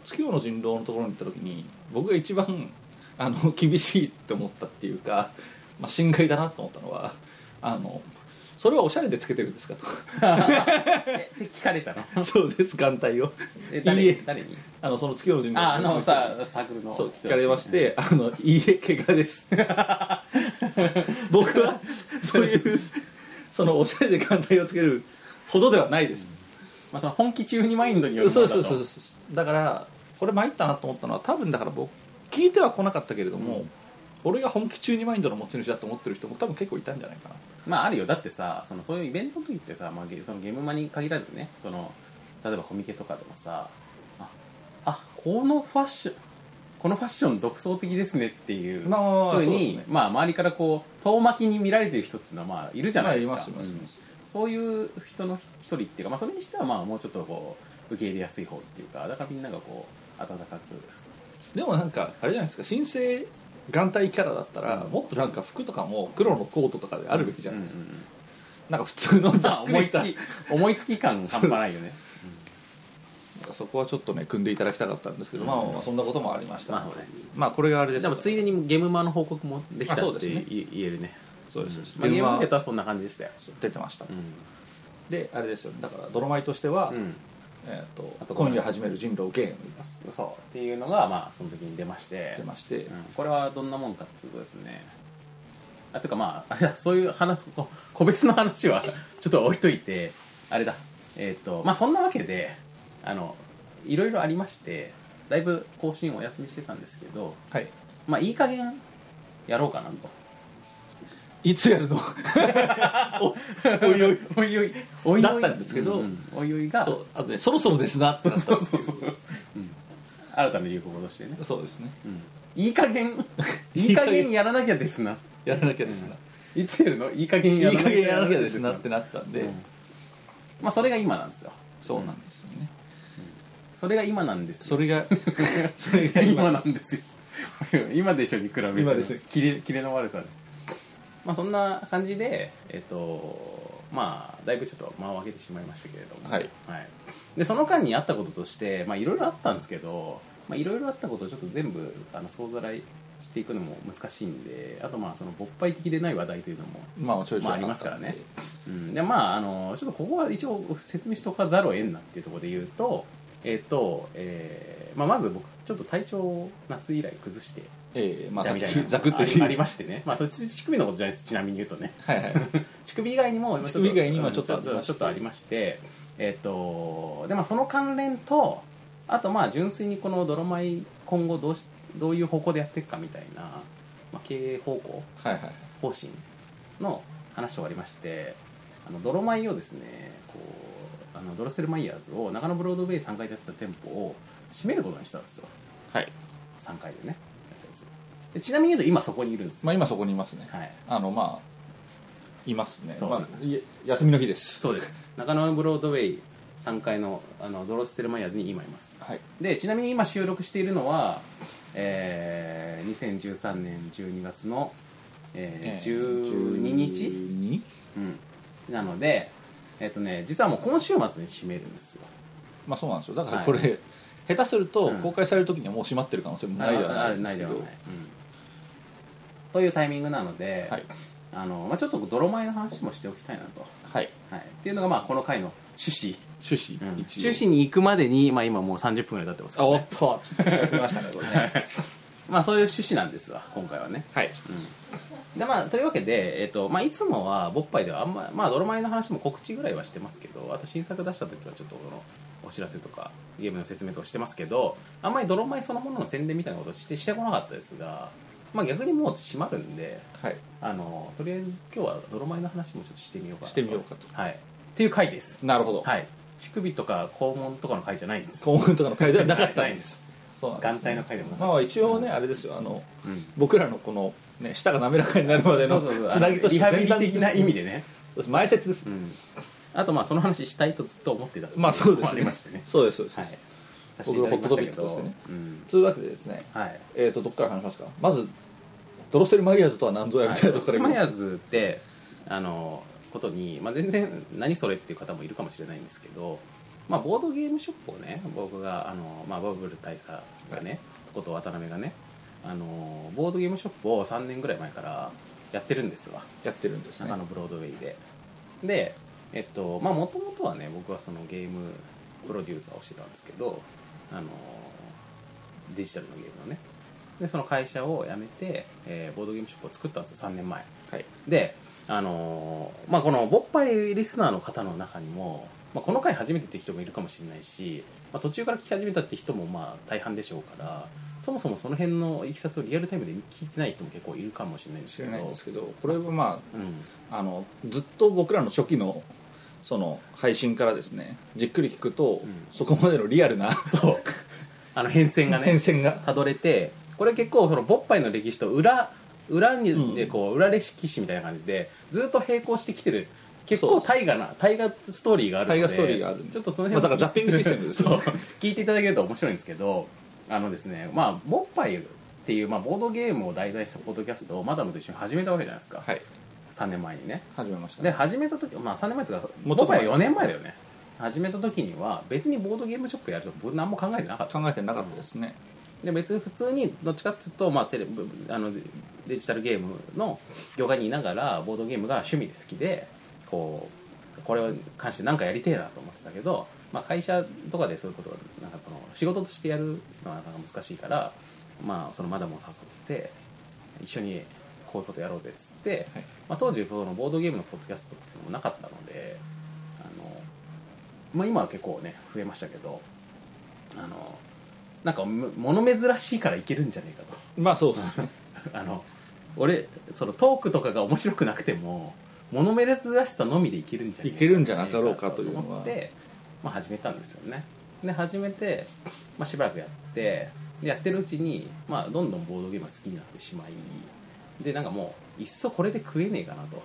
S3: 月夜の人狼のところに行った時に僕が一番あの厳しいって思ったっていうか、まあ、侵害だなと思ったのはあのそれはおしゃれでつけてるんですか
S2: え聞かれたの
S3: と *laughs* そうです眼帯を
S2: え
S3: いい
S2: 誰
S3: え
S2: 誰に
S3: あのその月夜の人狼
S2: ああの
S3: 人
S2: さサークルの
S3: そう聞かれまして「あのいいえ怪我
S2: *laughs*
S3: です」僕はそういうそのおしゃれで眼帯をつけるほどではないです、
S2: まあ、その本気中にマインドによるも
S3: そ
S2: の
S3: う
S2: だ
S3: そう
S2: と
S3: そうそうそうだからこれ参ったなと思ったのは多分だから僕聞いては来なかったけれども、俺が本気中にマインドの持ち主だと思ってる人も多分結構いたんじゃないかな
S2: まああるよだってさそのそういうイベントの時ってさ、まあ、ゲそのゲームマに限らずねその例えばコミケとかでもさああこのファッションこのファッション独創的ですねっていう
S3: まあまあまあ
S2: ふう
S3: そうです
S2: に
S3: ね
S2: まあ周りからこう遠巻きに見られてる人っていうのはまあいるじゃないですか、
S3: まあいますいますいます
S2: うんそういう人の一人っていうか、まあ、それにしてはまあもうちょっとこう受け入れやすい方っていうかだからみんながこう温かく
S3: でもなんかあれじゃないですか新生眼帯キャラだったら、
S2: うん
S3: もっとなんか服とかも黒のコートとかであるべきじゃないですか、
S2: うんうんうん
S3: なんか普通の
S2: まあ
S3: ざっく
S2: 思
S3: り
S2: い
S3: し
S2: つ
S3: た
S2: き思いつき感半端ないよね
S3: そこはちょっとね組んでいただきたかったんですけど、まあまあそんなこともありました、
S2: まあそうね
S3: まあこれがあれです
S2: でもついでにゲームマの報告もできた
S3: あそう
S2: っ
S3: で
S2: て
S3: す
S2: い
S3: ね
S2: い言えるね
S3: そうですそうです
S2: まあ、ゲームマーケット
S3: 出
S2: はそんな感じでしたよ、
S3: 出てました、
S2: うん
S3: であれですよねだから泥米としては、えー、
S2: あと
S3: と今夜始める人狼ゲーム
S2: そそうっていうのがまあその時に出まして
S3: 出まして、
S2: うんこれはどんなもんかっていうことですねあというかまああれだそういう話こ個別の話は *laughs* ちょっと置いといてあれだえっ、とまあそんなわけであのいろいろありましてだいぶ更新お休みしてたんですけど
S3: はい
S2: まあいい加減やろうかなと
S3: いつやるのおおいおい
S2: *laughs* おいおいおいおい
S3: だったんですけど
S2: ううおいおいが
S3: そうあとねそろそろですなってなったっていう
S2: 新たな流行語としてね、
S3: *laughs* そうですね
S2: いい加減
S3: *laughs*
S2: いい加減やらなきゃですな
S3: やらなきゃですな、
S2: いつやるのいい加減
S3: い
S2: や
S3: い
S2: らなきゃ
S3: 加減やらなきゃですなってなったんで、
S2: うんまあそれが今なんですよ
S3: そうなんですよね、
S2: それが今なんです
S3: そ
S2: よ
S3: れ
S2: *laughs*
S3: がそれが
S2: 今
S3: 今
S2: なんですよ *laughs* 今でしょに比べて
S3: 今ですよ
S2: キレキレの悪さでまあそんな感じでえっとまあだいぶちょっと間を空けてしまいましたけれども
S3: はい
S2: でその間にあったこととしてまあいろいろあったんですけどまあいろいろあったことをちょっと全部あの総ざらいしていくのも難しいんであとまあその勃発的でない話題というのも
S3: まあちょいちょい
S2: まあ、ありますからね、うん、でまああのちょっとここは一応説明しておかざるを得んなっていうところで言うとえっ、と、えーまあ、まず僕ちょっと体調を夏以来崩して
S3: ええま
S2: い
S3: あ
S2: や
S3: さっ
S2: みたい
S3: き
S2: な
S3: ざくっと
S2: ありあ *laughs* り
S3: ま
S2: ましてねまあそれ乳乳首のことじゃないですちなみに言うとね *laughs*
S3: はいはい
S2: 乳首以外に
S3: *laughs*
S2: も今ちょっと
S3: 乳首以外にもちょっと
S2: うんちょっとちょっとありましてえっ、とでまあその関連とあとまあ純粋にこの泥米今後どうしどういう方向でやっていくかみたいな、まあ、経営方向
S3: はいはい
S2: 方針の話とありましてあの泥米をですねこうあのドロセルマイヤーズを中野ブロードウェイ3階でやってた店舗を閉めることにしたんですよ
S3: はい
S2: 3階でねやったやつでちなみに言うと今そこにいるんですよ、
S3: まあ今そこにいますね、
S2: はい、
S3: あのまあいますね、
S2: そう
S3: まあ、い休みの日です
S2: そうです中野ブロードウェイ3階のあのドロセルマイヤーズに今います
S3: はい
S2: でちなみに今収録しているのは、えー、2013年12月の、えー12日、
S3: 12
S2: うん、なので、えっとね、実はもう今週末に閉めるんですよ
S3: まあそうなんですよだか
S2: は
S3: ら
S2: い
S3: これ、下手すると
S2: うん
S3: 公開される時にはもう閉まってる可能性もないでは
S2: あ
S3: ない
S2: あ
S3: んで
S2: ない
S3: す
S2: では
S3: け
S2: ない、う
S3: ど
S2: ん、というタイミングなので、
S3: はい
S2: あのまあ、ちょっと泥米の話もしておきたいなと、
S3: はい
S2: はい、っていうのがまあこの回の趣
S3: 趣旨、
S2: 旨、うん
S3: 一応
S2: 趣旨に行くまでに、まあ、今もう30分ぐらい経ってますか
S3: あ
S2: ら
S3: お
S2: ね、
S3: っとちょっと疲れすぎましたねこれね
S2: まあ、そういう趣旨なんですわ今回はね
S3: *laughs* はい
S2: でまあ、というわけで、えっとまあ、いつもは「ボッパイ」ではあんま、まあ、泥米の話も告知ぐらいはしてますけどあと新作出した時はちょっとこのお知らせとかゲームの説明とかしてますけどあんまり泥米そのものの宣伝みたいなことしてしてこなかったですが、まあ、逆にもう閉まるんで
S3: はい
S2: あのとりあえず今日は泥米の話もちょっとしてみようかなと
S3: してみようかと
S2: はい、っていう回です、
S3: なるほど、
S2: はい、乳首とか肛門とかの回じゃないんです
S3: 幸運とかの回で *laughs* はなかっ
S2: *laughs*
S3: た
S2: なんいん
S3: で
S2: ですす
S3: そうなん
S2: 眼
S3: ですね
S2: 帯の回でもなかった
S3: まあ一応ね、あれですよあの
S2: うん
S3: 僕らのこの、ね、舌が滑らかになるまでの
S2: そうそうそう
S3: つなぎとして
S2: リハビリ
S3: 前段
S2: 的な意味でね
S3: そうです前説です、
S2: うんあとまあその話したいとずっと思ってた
S3: まあそうです
S2: ありましたね
S3: そうですそうです、
S2: はいさせ
S3: 僕
S2: てい
S3: の
S2: た
S3: ホ
S2: だ
S3: ッ
S2: きま
S3: ト
S2: したけ
S3: トピックとしてね
S2: ど、うん
S3: というわけでですね、
S2: はい
S3: えー、とどっから話しますかまずドロセルマイヤーズとは何ぞやみたいなところから
S2: マ
S3: いき
S2: ヤ
S3: ま
S2: ーズってあのことに、まあ、全然何それっていう方もいるかもしれないんですけど、まあ、ボードゲームショップをね僕があの、まあ、バブル大佐がねこと渡辺がねあのボードゲームショップを3年ぐらい前からやってるんですわ
S3: やってるんですね
S2: 中野ブロードウェイででえっとまあもともとはね僕はそのゲームプロデューサーをしてたんですけどあのデジタルのゲームのねでその会社を辞めて、えーボードゲームショップを作ったんですよ3年前
S3: はい
S2: であのーまあこの勃発リスナーの方の中にも、まあ、この回初めてって人もいるかもしれないし、まあ、途中から聞き始めたって人もまあ大半でしょうからそもそもその辺のいきさつをリアルタイムで聞いてない人も結構いるかもしれないんです
S3: 知
S2: け
S3: ら
S2: ど
S3: ないんですけどこれはま
S2: うん
S3: ああのずっと僕らの初期のその配信からですねじっくり聞くと、
S2: ん
S3: そこまでのリアルな
S2: そうあの変遷が
S3: 変
S2: ね
S3: 遷が
S2: たどれてこれ結構その勃発の歴史と裏裏
S3: うん
S2: にでこう裏歴史みたいな感じでずっと並行してきてる結
S3: そう
S2: 構
S3: そう
S2: 大河な大河ストーリーがあるので
S3: 大河ストーリーがあるんです
S2: ちょっとその辺
S3: まあだからザッピングシステムです
S2: *laughs* そう聞いていただけると面白いんですけどあのですねまあ勃発っていう、まあ、ボードゲームを題材したポッドキャストをマダムと一緒に始めたわけじゃないですか、
S3: はい
S2: 3年前にね
S3: 始めました
S2: で
S3: ね
S2: 始めた時まあ3年前とか
S3: もう
S2: も
S3: ちょ
S2: と
S3: っと
S2: も4
S3: 前
S2: 年前だよね始めた時には別にボードゲームショップやると僕何も考えてなかった
S3: 考えてなかったですね、
S2: で別に普通にどっちかっていうと、まあ、テレあのデジタルゲームの業界にいながらボードゲームが趣味で好きでこうこれを関して何かやりてえなと思ってたけど、まあ、会社とかでそういうことをなんかその仕事としてやるのはなかなか難しいから、まあ、そのマダムを誘って一緒にこういうことやろうぜっつって、
S3: はい
S2: まあ、当時そのボードゲームのポッドキャストっていうのもなかったのであの、まあ、今は結構ね増えましたけどあのなんかむ物珍しいからいけるんじゃねえか
S3: まあそうですね
S2: と *laughs* あの俺そのトークとかが面白くなくても物珍しさのみでいけるんじゃねえ
S3: いけるんじゃなかろうかというのは
S2: 思って、まあ、始めたんですよねで始めて、まあ、しばらくやってでやってるうちに、まあ、どんどんボードゲームが好きになってしまいでなんかもういっそこれで食えねえかなと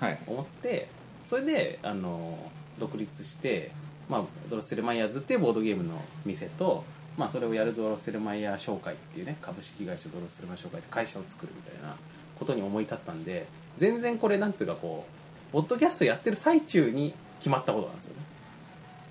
S3: はい
S2: 思ってそれであの独立して、まあ、ドロッセルマイヤーズっていうボードゲームの店と、まあ、それをやるドロッセルマイヤー商会っていうね株式会社ドロッセルマイヤー商会って会社を作るみたいなことに思い立ったんで全然これなんていうかこうポッドキャストやってる最中に決まったことなんですよね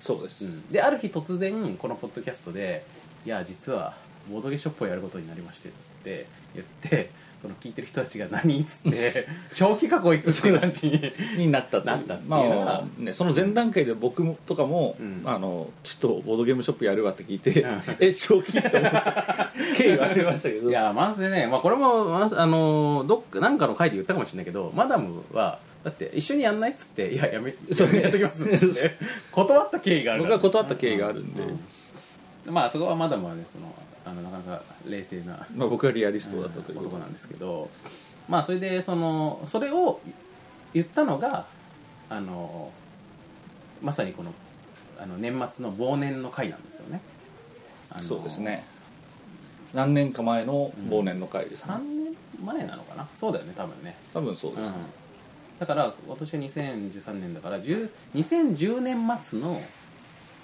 S3: そうです、
S2: である日突然このポッドキャストで「いや実はボードゲーショップをやることになりまして」っつって言ってその聞いてる人たちが「何?」っつって「正気かこいつ」って感じに
S3: になったという
S2: なったっていう
S3: まあね、その前段階で僕もとかも、
S2: うん
S3: あのちょっとボードゲームショップやるわって聞いて、
S2: うん
S3: *laughs* え正気って思った経緯はありましたけど
S2: いやまずね、まあ、これも、まずあのどっかなんかの回で言ったかもしれないけどマダムはだって一緒にやんないっつって「いややめ
S3: そう
S2: やめときます」っつって
S3: *laughs*
S2: 断った経緯があるか
S3: 僕
S2: ら
S3: は断った経緯があるんで、
S2: まあそこはマダムはねそのあのなかなか冷静な
S3: まあ、僕はリアリストだったという
S2: 男なんですけどまあそれでそのそれを言ったのがあのまさにこのあの年末の忘年の回なんですよねあの
S3: そうですね何年か前の忘年の会ですね、
S2: 3年前なのかなそうだよね多分ね
S3: 多分そうですね、
S2: うん、だから今年は2013年だから10 2010年末の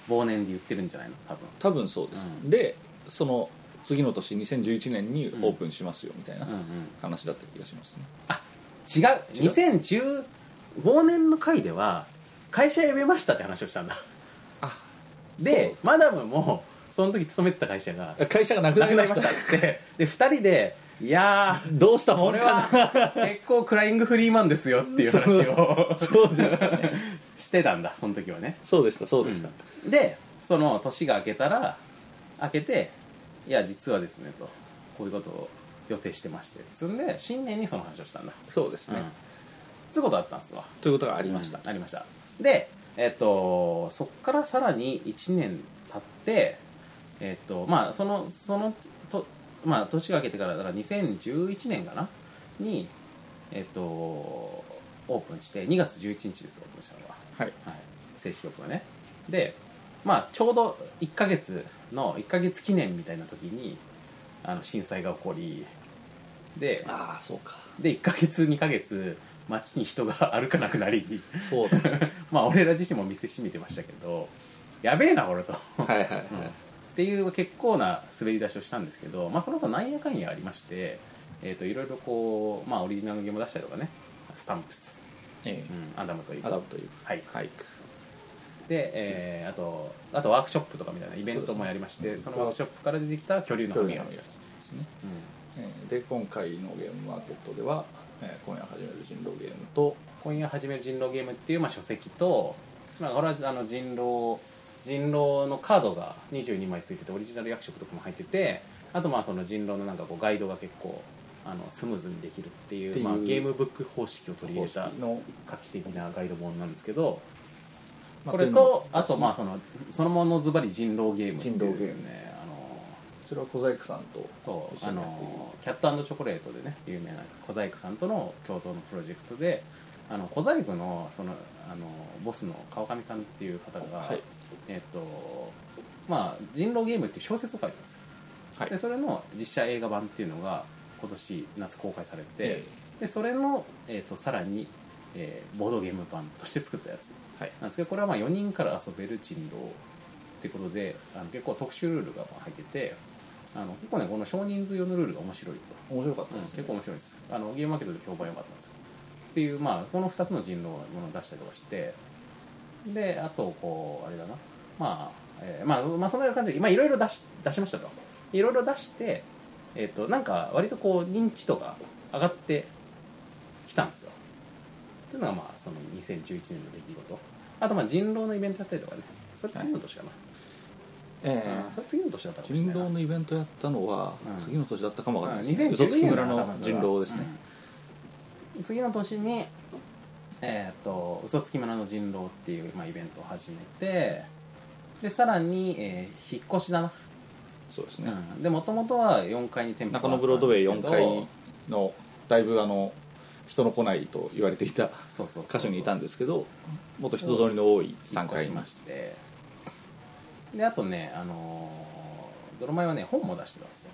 S2: 忘年で言ってるんじゃないの多分
S3: 多分そうです、
S2: うん
S3: でその次の年2011年にオープンしますよみたいな
S2: うんうん
S3: 話だった気がしますね、
S2: あ違う
S3: 違う
S2: 2010忘年の回では会社辞めましたって話をしたんだ
S3: *laughs* あ
S2: でマダムもその時勤めてた会社が
S3: 会社がなく
S2: な
S3: な
S2: く
S3: り
S2: な
S3: ま
S2: り
S3: し
S2: ま
S3: た
S2: したっつってで2人でいやー
S3: どうしたも
S2: こ
S3: ん
S2: れ
S3: かな
S2: は結構クライングフリーマンですよっていう話を
S3: そうでしたね
S2: *laughs* してたんだその時はね
S3: *laughs* そうでしたそうでした、
S2: でその年が明けたら明けて「いや実はですね」とこういうことを予定してましてそんで新年にその話をしたんだ
S3: そうですね、
S2: うんつうことあったんですわ
S3: ということがあ
S2: あ
S3: りました、
S2: ありましたでえっとそっからさらに1年経ってえっとまあそのそのとまあ年が明けてからだから2011年かなにえっとオープンして2月11日ですオープンしたのは
S3: はい
S2: はい、正式オープンはねでまあちょうど1ヶ月の1ヶ月記念みたいな時にあの震災が起こりで
S3: ああそうか
S2: で1ヶ月2ヶ月街に人が歩かなくなり *laughs*
S3: そうだ
S2: まあ俺ら自身も店閉めてましたけどやべえな俺と、
S3: はいはいはい、
S2: うんっていう結構な滑り出しをしたんですけど、まあ、その後なんやかんやありまして、えー、といろいろこう、まあ、オリジナルのゲームを出したりとかねスタンプス
S3: ええ
S2: うんアダムとイブ
S3: アダムとイブ
S2: はい
S3: ハイク
S2: で、えーあとあとワークショップとかみたいなイベントもやりましてそ,、のワークショップから出てきた恐竜の
S3: 距離
S2: 髪型
S3: のみですねええで今回のゲームマーケットでは、ええ今夜始める人狼ゲームと
S2: 今夜始める人狼ゲームっていう、まあ、書籍と、まあ、これはあの人狼人狼のカードが22枚ついててオリジナル役職とかも入っててあとまあその人狼のなんかこうガイドが結構あのスムーズにできるっていう
S3: っていう
S2: まあ、ゲームブック方式を取り入れた
S3: の、
S2: 画期的なガイド本なんですけど
S3: ま
S2: これ
S3: テーマ
S2: とあとまあそのそのものズバリ人狼ゲームっていう
S3: 人狼ゲー
S2: で
S3: ム
S2: すねあの
S3: それは小細工さんと
S2: そう
S3: 一緒
S2: あ
S3: にやっている
S2: のキャットチョコレートでね有名な小細工さんとの共同のプロジェクトであの小細工のそのあのボスの川上さんっていう方が、
S3: はい
S2: えっとまあ「人狼ゲーム」っていう小説を書いてたんですよ、
S3: はい
S2: でそれの実写映画版っていうのが今年夏公開されて、
S3: え
S2: でそれの、えっとさらに、えーボードゲーム版として作ったやつ
S3: えはい
S2: なんですけどこれはまあ4人から遊べる人狼ってことであの結構特殊ルールがまあ入っててあの結構ねこの少人数用のルールが面白いと、
S3: 面白かった
S2: うん
S3: です、ね
S2: 結構面白いですあのゲームマーケットで評判良かったんですよっていうまあこの2つの人狼のものを出したりとかしてであとこうあれだなまあ、えーまあ、まあそんな感じでまあいろいろ出し出しましたといろいろ出してえっ、となんか割とこう認知度が上がってきたんですよっていうのがまあその2011年の出来事あとまあ人狼のイベントやったりとかねそれ次の年かな、
S3: ええ
S2: うんそれ次の年だったかもしれ
S3: 人
S2: ないな
S3: 狼のイベントやったのは、
S2: うん
S3: 次の年だったかもわかんないです、
S2: 2012
S3: 嘘つき村
S2: 年だ
S3: の人狼ですね、、
S2: うん次の年にえっ、と「嘘つき村の人狼」っていう、まあ、イベントを始めてでさらに、えー引っ越しだな、
S3: そうですね、
S2: うんでもともとは4階に店舗があ
S3: 中
S2: った
S3: 野
S2: んですけど
S3: ブロードウェイ4階のだいぶあの人の来ないと言われていた
S2: そうそう
S3: 箇所にいた
S2: ん
S3: んですけどもっと人通りの多い3階
S2: し
S3: に
S2: ましてであとねあのー泥米はね本も出してたんですよ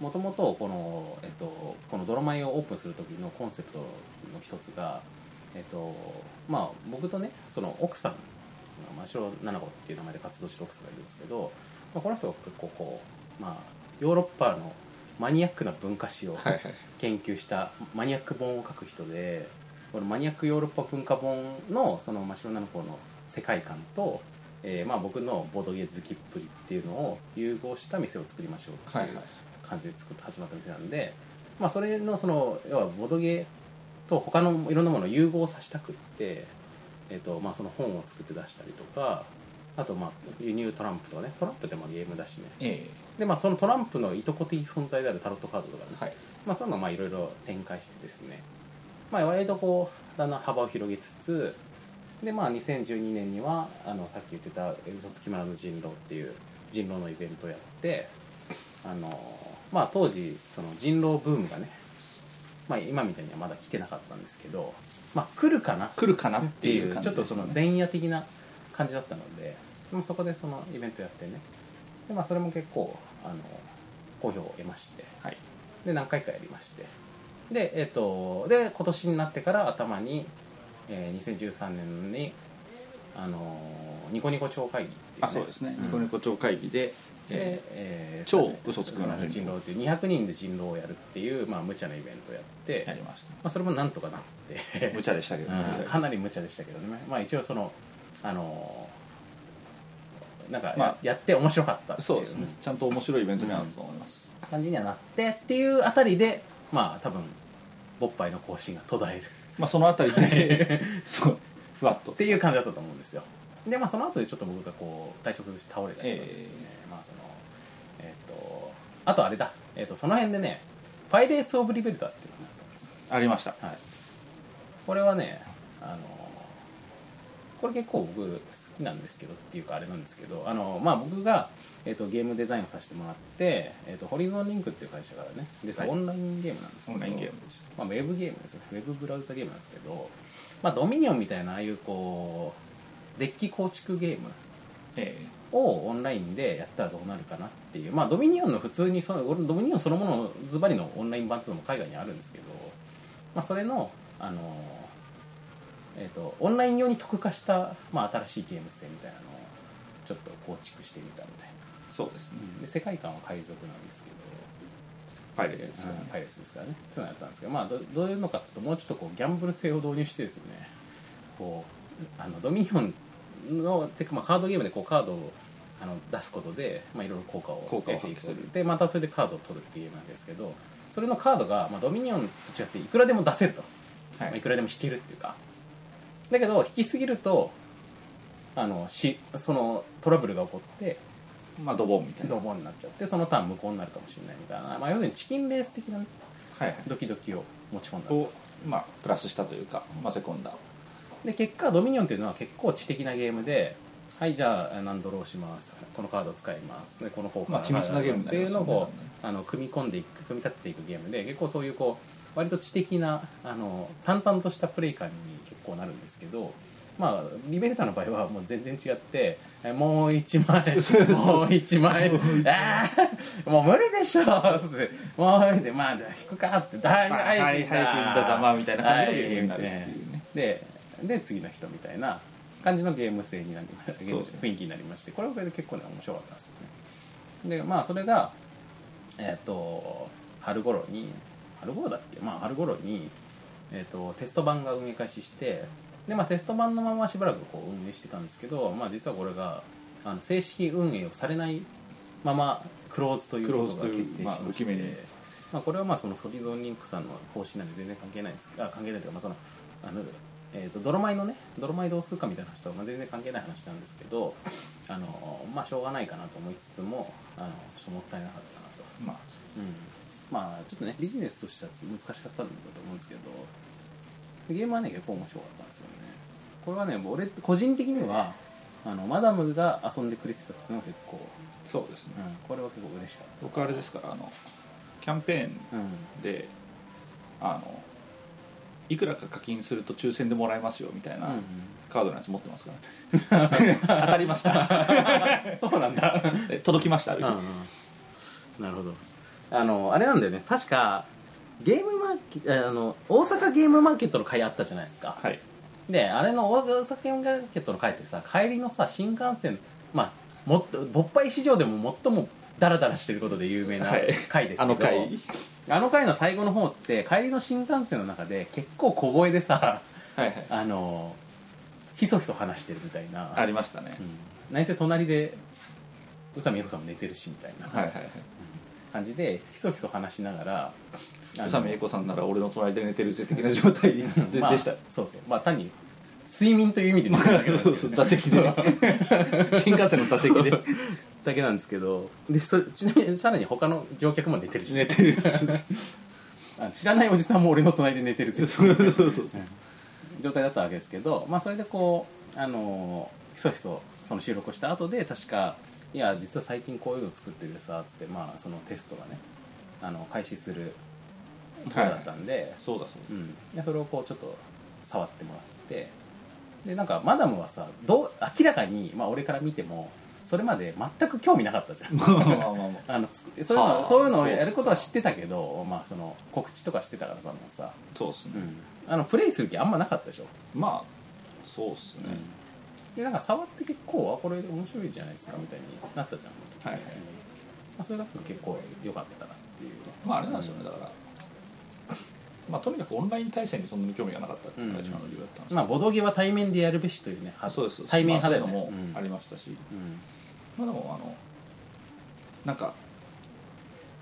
S2: もともとこの、えっと、この泥米をオープンする時のコンセプトの一つがえっとまあ僕とねその奥さんまあ、白七子っていう名前で活動してる奥さんがいるんですけど、まあ、この人が結構こう、まあ、ヨーロッパのマニアックな文化史を
S3: はいはい
S2: 研究したマニアック本を書く人でこのマニアックヨーロッパ文化本のその真白なの子の世界観と、えーまあ、僕のボードゲー好きっぷりっていうのを融合した店を作りましょうって
S3: はい
S2: いう感じで作って始まった店なんで、まあ、それのその要はボードゲーと他のいろんなものを融合させたくって、えーとまあ、その本を作って出したりとかあとまあ輸入トランプとかねトランプってまあゲームだしね
S3: え
S2: で、まあ、そのトランプのいとこ的存在であるタロットカードとかね、
S3: えはい
S2: まあ、そういうのをまあいろいろ展開してですね、まあ、割とこうだんだん幅を広げつつで、まあ、2012年にはあのさっき言ってた「嘘つき村の人狼」っていう人狼のイベントをやってあの、まあ、当時その人狼ブームがね、まあ、今みたいにはまだ来てなかったんですけど、まあ、来るかなっ
S3: 来るかなって
S2: てい
S3: いうう感
S2: ち
S3: じ
S2: ょっ
S3: で
S2: と
S3: す
S2: そ
S3: ね
S2: の前夜的な感じだったのででもそこでそのイベントやってねで、まあ、それも結構あの好評を得まして。
S3: はい
S2: で何回かやりましてでえっ、とで今年になってから頭に、えー2013年にあのーニコニコ超会議っていう、ね、
S3: あそうですね、ニコニコ町会議で、
S2: で
S3: え
S2: えー
S3: 超嘘つくな
S2: 人狼っていう200人で人狼をやるっていう、まあ、無茶なイベントをやって、
S3: えやりました
S2: まあ、それもなんとかなって
S3: 無茶でしたけど、ね
S2: うんかなり無茶でしたけどね、まあ、一応そのあのーなんかや,、
S3: まあ
S2: やって面白かったっていう
S3: そうですねちゃんと面白いイベントになると思います、
S2: 感じにはなってっていうあたりでまあ多分勃発の更新が途絶える
S3: まあそのあた
S2: *laughs*
S3: りでそうふわっと
S2: っていう感じだったと思うんですよでまあその後でちょっと僕がこう体調崩して倒れたりとかですね、まあそのえっ、とあとあれだ、えっとその辺でね「パイレーツ・オブ・リベルタ」っていうのがあったんですよ
S3: ありました
S2: はいこれはねあのこれ結構僕好きなんですけどっていうかあれなんですけどあのまあ僕が、えっとゲームデザインをさせてもらって、えっとホリゾンリンクっていう会社からね出た
S3: はい
S2: オンラインゲームなんですけど、
S3: オンラインゲームでし
S2: まあ、ウェブゲームですねウェブブラウザゲームなんですけど、まあ、ドミニオンみたいなああいうこうデッキ構築ゲーム
S3: たええ
S2: をオンラインでやったらどうなるかなっていうまあドミニオンの普通にそのドミニオンそのものズバリのオンライン版っていうのも海外にあるんですけど、まあ、それのあのえっ、とオンライン用に特化した、まあ、新しいゲーム性みたいなのをちょっと構築してみたみたいな
S3: そうですね
S2: で世界観は海賊なんですけど
S3: パイレーツですよね
S2: うんパイレーツですからねそういうのやったんですけどまあどどういうのかっていうともうちょっとこうギャンブル性を導入してですねこうあのドミニオンのてかまあカードゲームでこうカードをあの出すことで、まあ、いろいろ効果を
S3: 効果を
S2: 得ていく
S3: 発揮する
S2: でまたそれでカードを取るっていうゲームなんですけどそれのカードが、まあ、ドミニオンと違っていくらでも出せると、
S3: はい
S2: まあいくらでも引けるっていうかだけど引きすぎるとあのしそのトラブルが起こって
S3: まあドボンみたいな
S2: ドボンになっちゃってそのターン無効になるかもしれないみたいな、まあ、要するにチキンレース的なね
S3: はいはい
S2: ドキドキを持ち込んだ
S3: を、まあ、プラスしたというか、まあ、セコンダ
S2: で結果ドミニオンというのは結構知的なゲームではいじゃあ何ドローしますこのカードを使いますでこの方
S3: まあ緻密なゲームに
S2: っ
S3: な
S2: て
S3: り
S2: い
S3: ま
S2: う
S3: す
S2: の
S3: よ
S2: を
S3: ね
S2: こうあの組み込んでいく組み立てていくゲームで結構そういうこう割と知的なあの淡々としたプレイ感に結構なるんですけどまあリベルタの場合はもう全然違ってえもう一
S3: *laughs*
S2: 枚もう一枚 *laughs* ああもう無理でしょつってもう無理でまあじゃあ引くかっつって大
S3: まあ
S2: 配
S3: はい
S2: 信だ
S3: 配信だざまみたいな感じのゲームになるっていうね
S2: はでで次の人みたいな感じのゲーム性になりましたゲーム
S3: そうですね
S2: 雰囲気になりましてこれはこれで結構ね面白かったんですよねでまあそれがえっ、と春頃に春頃だっけまあ春頃に、えっとテスト版が運営開始してでまあテスト版のまましばらくこう運営してたんですけどまあ実はこれがあの正式運営をされないままクローズということが
S3: クローズとい
S2: 決定
S3: う
S2: しまして、
S3: まあ浮き目に
S2: まあ、これはまあそのフリゾンリンクさんの方針なんで全然関係ないんですけどあ関係ないというか、まあそのあのえー、と泥米のね泥米同数化みたいな話とはまあ全然関係ない話なんですけどあのまあしょうがないかなと思いつつもあのちょっともったいなかったなと、
S3: まあ
S2: うん、まあちょっとねビジネスとしては難しかったんだと思うんですけどゲームはね結構面白かったんですよねこれはね俺個人的にはあのマダムが遊んでくれてたっていうのは結構、
S3: そうですね
S2: うん、これは結構嬉しかっ
S3: 僕あれですからあのキャンペーン
S2: た、うん、
S3: であのいくらか課金すると抽選でもらえますよみたいな
S2: うんうん
S3: カードのやつ持ってますから、 *laughs* 当たりました
S2: *laughs* そうなんだ。
S3: で届きましたある
S2: うん
S3: 日、
S2: なるほど。あの、あれなんだよね。確か、ゲームマーケあの、大阪ゲームマーケットの会あったじゃないですか。
S3: はい
S2: で、あれの大阪ゲームマーケットの会ってさ、帰りのさ、新幹線、まあ、もっと、勃発市場でも最もダラダラしてることで有名な
S3: はい
S2: 会ですけど、
S3: あの回
S2: あの回の最後の方って、帰りの新幹線の中で結構小声でさ、 *laughs*
S3: はいはい
S2: あの、ひそひそ話してるみたいな。
S3: ありましたね、
S2: うん内政隣で宇佐美恵子さんも寝てるしみたい
S3: はいは
S2: ない
S3: はい
S2: 感じでひそひそ話しながらあの
S3: 宇佐美英子さんなら俺の隣で寝てるぜ的な状態で,、
S2: まあ
S3: でした
S2: そうそうまあ単に睡眠という意味で寝てるだけなんですけど
S3: *laughs* そうそう座席でね新幹線の座席で
S2: だけなんですけどでそちなみにさらに他の乗客も寝てるし
S3: 寝てる
S2: あの知らないおじさんも俺の隣で寝てるぜ
S3: そうそうそうそう
S2: 状態だったわけですけど、まあ、それでこう、あのひそひそその収録をした後で確か「いや実は最近こういうの作ってるさ」っつって、まあ、そのテストがねあの開始するところだったんで,、
S3: そうだそううだ
S2: ん、でそれをこうちょっと触ってもらってでなんかマダムはさどう明らかに、まあ、俺から見てもそれまで全く興味なかったじゃん
S3: まあまあまあまあ
S2: あのつくそういうの
S3: はあ
S2: そういうのを
S3: そうっす
S2: や
S3: か
S2: ることは知ってたけど、まあ、その告知とかしてたからさもうさ、
S3: そうですね、
S2: うん、あのプレイする気あんまなかったでしょ
S3: まあそうっすね、
S2: でなんか触って結構あこれ面白いじゃないですかみたいになったじゃん、
S3: はいはい
S2: うんまあ、それなんか結構良かったなっていう
S3: まああれなんですよねだからまあとにかくオンライン対戦にそんなに興味がなかったっていうのが一番の理由だったんですけど
S2: まあボドゲは対面でやるべしというねは
S3: そうですそうです
S2: 対面派だよ
S3: まあ
S2: ね、
S3: そういうのもありましたし、
S2: うん
S3: まあでもあのなんか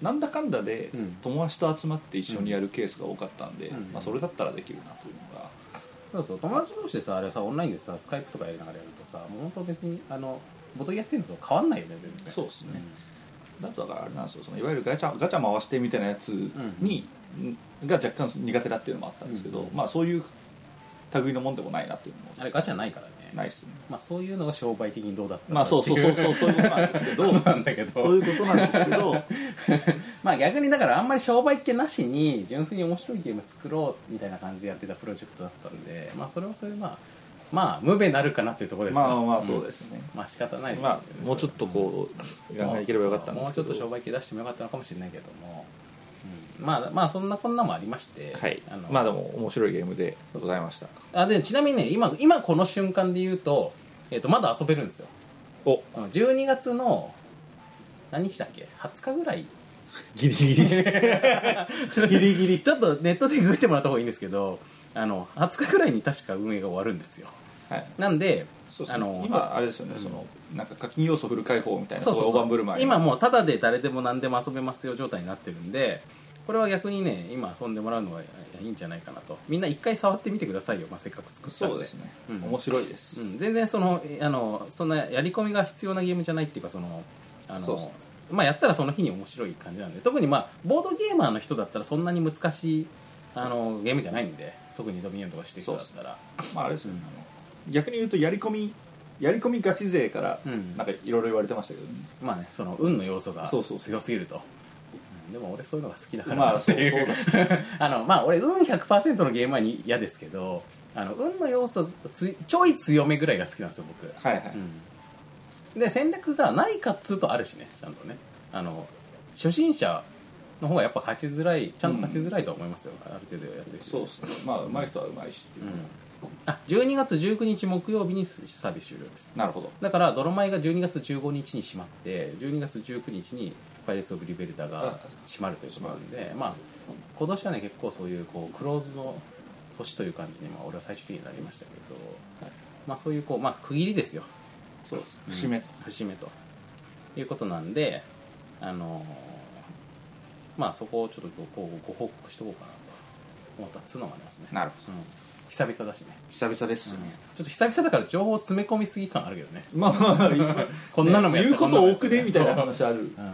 S3: なんだかんだで
S2: うん
S3: 友達と集まって一緒にやるケースが多かったんで、
S2: うん
S3: まあ、それだったらできるなというのが、
S2: そうそう友達同士でさあれさオンラインでさスカイプとかやりながらやるとさもう本当別にあのボドゲやってるのと変わんないよね全然
S3: そうですね、あとだからあれなんですよそのいわゆるガチャガチャ回してみたいなやつに、が若干苦手だっていうのもあったんですけど、
S2: うん
S3: まあそういう類のもんでもないなっていうの
S2: あ
S3: も
S2: れガチャないからね
S3: ないですね
S2: まあそういうのが商売的にどうだった
S3: まあそうそうそうそうそういうことなんですけど
S2: どうなんだけど
S3: そういうことなんですけど
S2: まあ逆にだからあんまり商売っ気なしに純粋に面白いゲーム作ろうみたいな感じでやってたプロジェクトだったんでまあそれはそれでまあまあ無べなるかなっていうところです、
S3: まあまあそうですすね、
S2: まあ仕方ないですよね
S3: まあもうちょっとこうやらないければよかったんですけど
S2: もうちょっと商売系出してもよかったのかもしれないけども、うんまあまあそんなこんなもありまして、
S3: はい
S2: あの
S3: まあでも面白いゲームでございました
S2: あでちなみにね今今この瞬間で言うと,、えっとまだ遊べるんですよ
S3: お
S2: 12月の何日だっけ20日ぐらい
S3: ギリギ
S2: *laughs*
S3: リ
S2: ギリギリちょっとネットでググってもらった方がいいんですけどあの20日ぐらいに確か運営が終わるんですよ
S3: はい
S2: なんで
S3: そう
S2: あ
S3: あ
S2: の
S3: の
S2: そう
S3: 今あれですよね、そのなんか課金要素フル解放みたいな
S2: そうそうそう
S3: 大盤振る舞い
S2: 今もうタダで誰でも何でも遊べますよ状態になってるんでこれは逆にね今遊んでもらうのがいいんじゃないかなとみんな一回触ってみてくださいよ、まあ、せっかく作ったん
S3: そうですね、
S2: うん
S3: 面白いです、
S2: うん、全然そのえあのそんなやり込みが必要なゲームじゃないっていうかそのあの
S3: そうそう
S2: まあ、やったらその日に面白い感じなんで特に、まあ、ボードゲーマーの人だったらそんなに難しいあのゲームじゃないんで特にドミニオンとかしてる人だったら
S3: まああれですね、あの逆に言うとやり込みやり込みガチ勢から
S2: うん
S3: なんかいろいろ言われてましたけどね、
S2: まあねその運の要素が
S3: そうそうそう
S2: 強すぎるとうんでも俺そういうのが好きだから
S3: ま
S2: な
S3: あ
S2: って
S3: そう
S2: *laughs* いう
S3: そうだし
S2: あのまあ俺運100%のゲームはに嫌ですけどあの運の要素つちょい強めぐらいが好きなんですよ僕
S3: はいはい、
S2: うん、で戦略がないかっつうとあるしねちゃんとねあの初心者の方がやっぱ勝ちづらいちゃんと勝ちづらいとは思いますよ、ある程度やってる人
S3: そうですねまあ上手い人は上手いしっていう、
S2: あ12月19日木曜日にサービス終了です
S3: なるほど
S2: だから泥米が12月15日に閉まって12月19日にパイレーツ・オブ・リベルダが閉まるということなんでまあ今年はね結構そういうこうクローズの年という感じに、まあ、俺は最終的になりましたけど、
S3: はい
S2: まあそういうこう、まあ、区切りですよ
S3: そうです、節目
S2: 節目ということなんであのーまあそこをちょっとごこうご報告しておこうかなと思ったっつうのがありますね
S3: なるほ
S2: うん、久々だしね、
S3: ど久々ですよね、
S2: ちょっと久々だから情報詰め込みすぎ感あるけどね
S3: まあまあ今
S2: *laughs* こんなのもやった
S3: 言うこ
S2: んなのも
S3: と
S2: や
S3: 多
S2: った
S3: くねみたいな話ある
S2: そう,、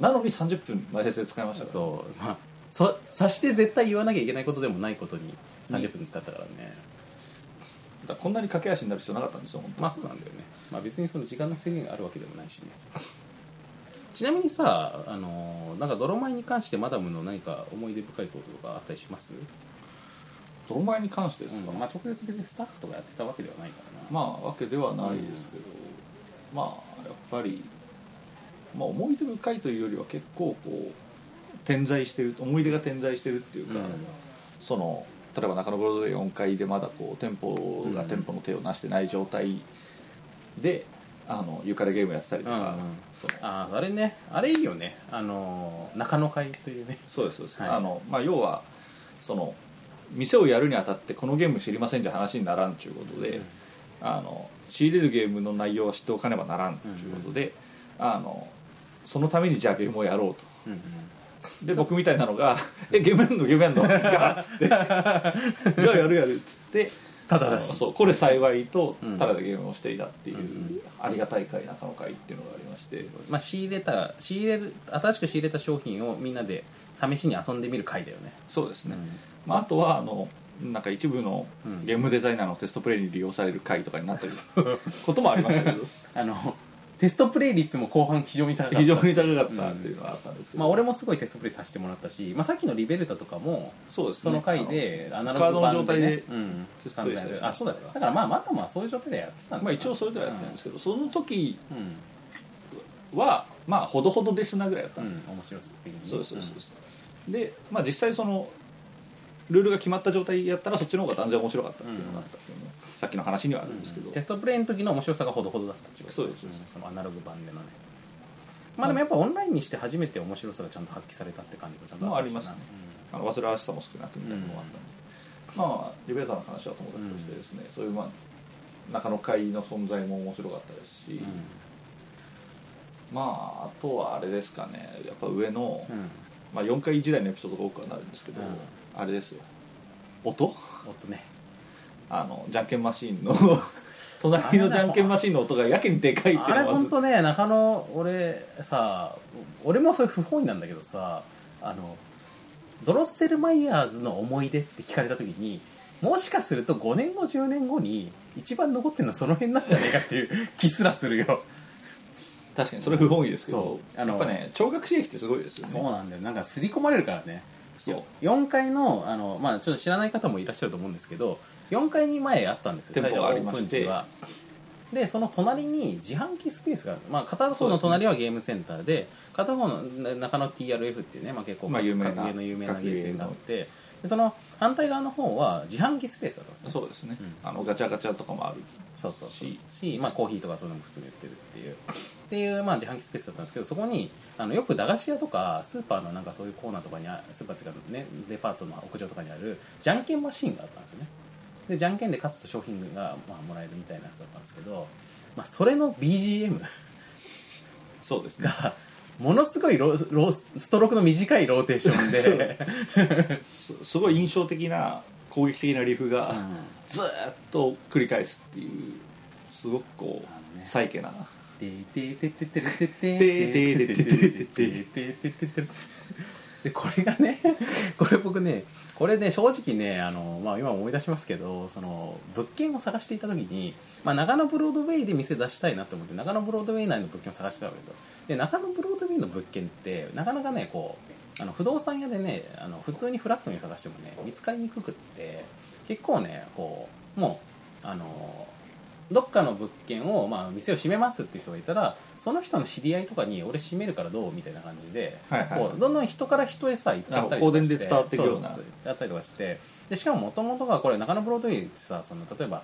S3: なのに30分前説使いました
S2: ん、
S3: から
S2: そうまあそさして絶対言わなきゃいけないことでもないことに30分使ったからね、
S3: だからこんなに駆け足になる必要なかったんですよ本当
S2: まあそうなんだよね、まあ、別にその時間の制限があるわけでもないしね *laughs* ちなみにさあのなんか泥米に関してマダムの何か思い出深いこととかあったりします
S3: 泥前に関してで
S2: ですす
S3: か、
S2: かまあ直接別にスタッフとかやってたわけではないからな、
S3: まあわけではないですけど、まあやっぱり、まあ、思い出深いというよりは結構こう点在してる思い出が点在してるっていうか、
S2: うん
S3: その例えば中野ブロードウェイ4階でまだこう店舗が
S2: うん
S3: 店舗の手をなしてない状態で、あの床でゲームやってたりとか、
S2: うんうん
S3: その
S2: あああれねあれいいよねあの中野会というね
S3: そうですそうです、
S2: はい
S3: あのまあ、要はその店をやるにあたってこのゲーム知りませんじゃ話にならんということで、
S2: うん
S3: あの仕入れるゲームの内容は知っておかねばならんということで、あのそのためにじゃあゲームをやろうと
S2: うんうん
S3: で僕みたいなのが *laughs* 「えゲームやんのゲームやんの?」ガラッつ
S2: *laughs*
S3: って「じゃあやるやる」っつって
S2: ただだ
S3: あの
S2: し
S3: そうこれ幸いと
S2: うん
S3: ただでゲームをしていたっていう、
S2: うん
S3: ありがたい会中の会っていうのがありまして
S2: まあ、仕入れた仕入れる新しく仕入れた商品をみんなで試しに遊んでみる会だよね
S3: そうですね、
S2: うん
S3: まあ、あとはあのなんか一部の
S2: うん
S3: ゲームデザイナーのテストプレイに利用される回とかになった
S2: *laughs*
S3: りすることもありましたけど
S2: あのテストプレイ率も後半非常に高かった
S3: 非常に高かったっていうのはあったんですけど、
S2: まあ、俺もすごいテストプレイさせてもらったし、まあ、さっきのリベルタとかも
S3: そうですね
S2: その回でアナロ
S3: カー
S2: グ
S3: ドの
S2: 版
S3: 状
S2: で、
S3: 態
S2: ね、
S3: で
S2: うん
S3: テストプレイしたりしました
S2: あそうだだからまあまたまあそういう状態でやってたんだ
S3: まあ、一応それではやってるんですけど、その時
S2: うん、うん
S3: はまあほどほどですなぐらいだったんですよ、
S2: 面白すぎて
S3: そうですそうですそうです、で、まあ、実際そのルールが決まった状態やったらそっちの方が断然面白かったっていうのがあったっていうのはさっきの話にはあるんですけど、
S2: テストプレイの時の面白さがほどほどだったっていこと
S3: そうですそうです
S2: んそのアナログ版でのねまあでもやっぱオンラインにして初めて面白さがちゃんと発揮されたって感じがちゃんとったしな
S3: もうありますねあの煩わしさも少なくみたいなのもあったので、まあリベーターの話は友達としてですね、そういうまあ中野会の存在も面白かったですし、
S2: うん
S3: まああとはあれですかねやっぱ上の、
S2: うん、うん
S3: まあ、4回時代のエピソードが多くはなるんですけど、
S2: うん
S3: あれですよ音
S2: おっとね
S3: あのじゃんけんマシー
S2: *laughs*
S3: ンの隣のじゃんけんマシーンの音がやけにでかいってい
S2: あ
S3: う
S2: れ
S3: のがま
S2: 本
S3: ず
S2: 当ね中野俺さ俺もそれ不本意なんだけどさあのドロッセルマイヤーズの思い出って聞かれた時にもしかすると5年後10年後に一番残ってるのはその辺なんじゃねえかっていう気すらするよ
S3: 確かにそれ不本意ですけど
S2: そうあ
S3: やっ
S2: の
S3: ぱね聴覚刺激ってすごいですよね
S2: そうなんだよなんか刷り込まれるからね
S3: そう
S2: 4階のあの、まあ、ちょっと知らない方もいらっしゃると思うんですけど4階に前あったんですよ
S3: 店舗がありまして
S2: 最初はオープン時はでその隣に自販機スペースがある、まあ、片方の隣はゲームセンターで片方の中野 TRF っていうね、まあ、結構
S3: まあ有名な
S2: 格ゲーの有名なゲーセンがあってでその反対側の方は自販機スペースだったんですね
S3: そうですね、
S2: うん
S3: あのガチャガチャとかもある
S2: そうそうそう
S3: し
S2: し、まあ、コーヒーとかそういうのも普通に売ってるっていう *laughs* っていう、まあ、自販機スペースだったんですけどそこにあのよく駄菓子屋とかスーパーのなんかそういうコーナーとかにあスーパーっていうか、ね、デパートの屋上とかにあるじゃんけんマシーンがあったんですよねでじゃんけんで勝つと商品が、まあ、もらえるみたいなやつだったんですけど、まあ、それの BGM
S3: そう
S2: *laughs*
S3: ですね
S2: がものすごいローローストロークの短いローテーションで、
S3: すすごい印象的な攻撃的なリフが、
S2: *laughs* うん
S3: ずーっと繰り返すっていうすごくこ
S2: あの
S3: う
S2: ね
S3: サイケな
S2: でこれがねこれ僕ねこれね正直ねあの、まあ、今思い出しますけどその物件を探していた時に、まあ、長野ブロードウェイで店出したいなと思って長野ブロードウェイ内の物件を探してたわけですよで長野ブロードウェイの物件ってなかなかねこうあの不動産屋でねあの普通にフラットに探してもね見つかりにくくって結構ねこうもうあのどっかの物件を、まあ、店を閉めますっていう人がいたらその人の知り合いとかに俺閉めるからどうみたいな感じで、
S3: はいはい
S2: こうどんどん人から人へさ行っちゃったりと
S3: あ
S2: か
S3: の
S2: し
S3: 香
S2: て
S3: 典で伝わっていくような
S2: そやったりとかしてでしかももともとがこれ中野ブロードウェイってさその例えば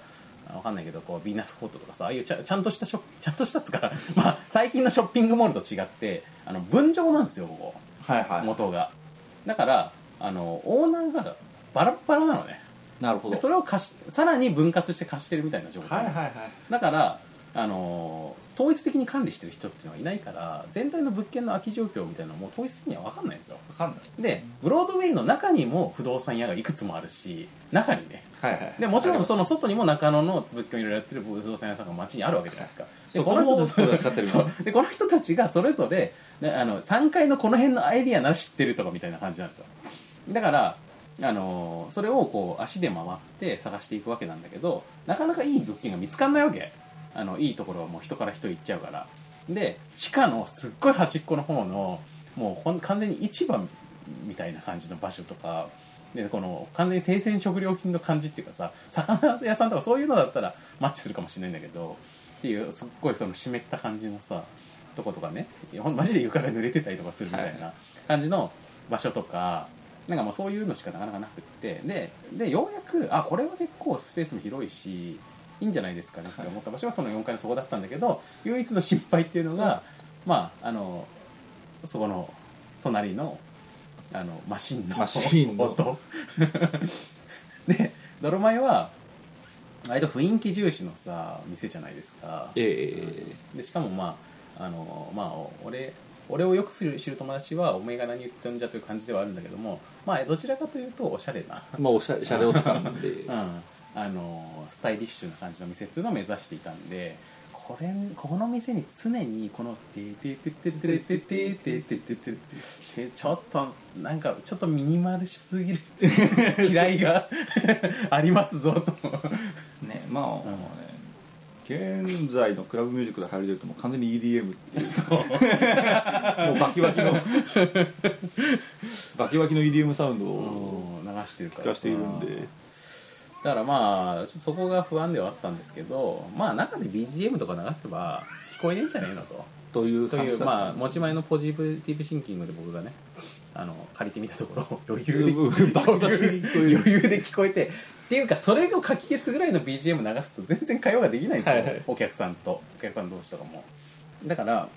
S2: あわかんないけどこうヴィーナスフォートとかさああいうちゃちゃんとしたショッちゃんとしたっつうか、 *laughs* まあ、最近のショッピングモールと違ってあの分譲なんですよこ
S3: はいは
S2: こ
S3: い
S2: 元がだからあのオーナーがバラッバラなのね
S3: なるほ
S2: で
S3: ど
S2: それを貸しさらに分割して貸してるみたいな状態、だから、あのー統一的に管理してる人っていうのはいないから全体の物件の空き状況みたいなのも統一的には分かんないんですよ
S3: わかんない
S2: でブロードウェイの中にも不動産屋がいくつもあるし中にね
S3: はいはい
S2: でもちろんその外にも中野の物件をいろいろやってる不動産屋さんが街にあるわけじゃないですかで
S3: そ
S2: こ
S3: こ
S2: の
S3: も
S2: 人
S3: そこで使ってる
S2: そうでこの人たちがそれぞれねあの3階のこの辺のアイディアなら知ってるとかみたいな感じなんですよだからあのそれをこう足で回って探していくわけなんだけどなかなかいい物件が見つかんないわけあのいいところはもう人から人行っちゃうからで地下のすっごい端っこの方のもうほん完全に市場みたいな感じの場所とかでこの完全に生鮮食料品の感じっていうかさ魚屋さんとかそういうのだったらマッチするかもしれないんだけどっていうすっごいその湿った感じのさとことかねいやほんマジで床が濡れてたりとかするみたいな感じの場所とか、なんかもうそういうのしかなかなかなくってででようやくあこれは結構スペースも広いしいいんじゃないですかねって思った場所はその4階のそこだったんだけど唯一の心配っていうのが、まああのそこの隣のあのマシンの
S3: マシンの
S2: 音 *laughs* で泥米は割と雰囲気重視のさ店じゃないですか
S3: え
S2: でしかもまああのまあお俺俺をよく知る知る友達はおめえが何言ってんじゃという感じではあるんだけどもまあどちらかというとおしゃれな、
S3: えまあおしゃれシャレを使うんで
S2: うん、あのスタイリッシュな感じの店っていうのを目指していたんでこれこの店に常にこの「てててててててててててててちょっとなんかちょっとミニマルしすぎる嫌いがありますぞと
S3: *laughs* ねまあ、
S2: ん
S3: ね現在のクラブミュージックで入れてるともう完全に EDM っていう
S2: そう
S3: もうバキバキのバキバキの EDM サウンドを
S2: うん流してるか
S3: 聞
S2: ら
S3: かしているんで
S2: だからまあそこが不安ではあったんですけどまあ中で BGM とか流せば聞こえねえんじゃねえのと
S3: という
S2: と
S3: 感
S2: い
S3: じ
S2: う
S3: だ
S2: まあ
S3: っ
S2: 持ち前のポジティブシンキングで僕がねあの借りてみたとこ
S3: *laughs*
S2: ろ余裕で
S3: うんうんバキバキ
S2: 余裕
S3: 聞こえる
S2: 余裕で聞こえてっていうかそれをかき消すぐらいの BGM 流すと全然会話ができないんですよ、
S3: はいはい
S2: お客さんとお客さん同士とかもだから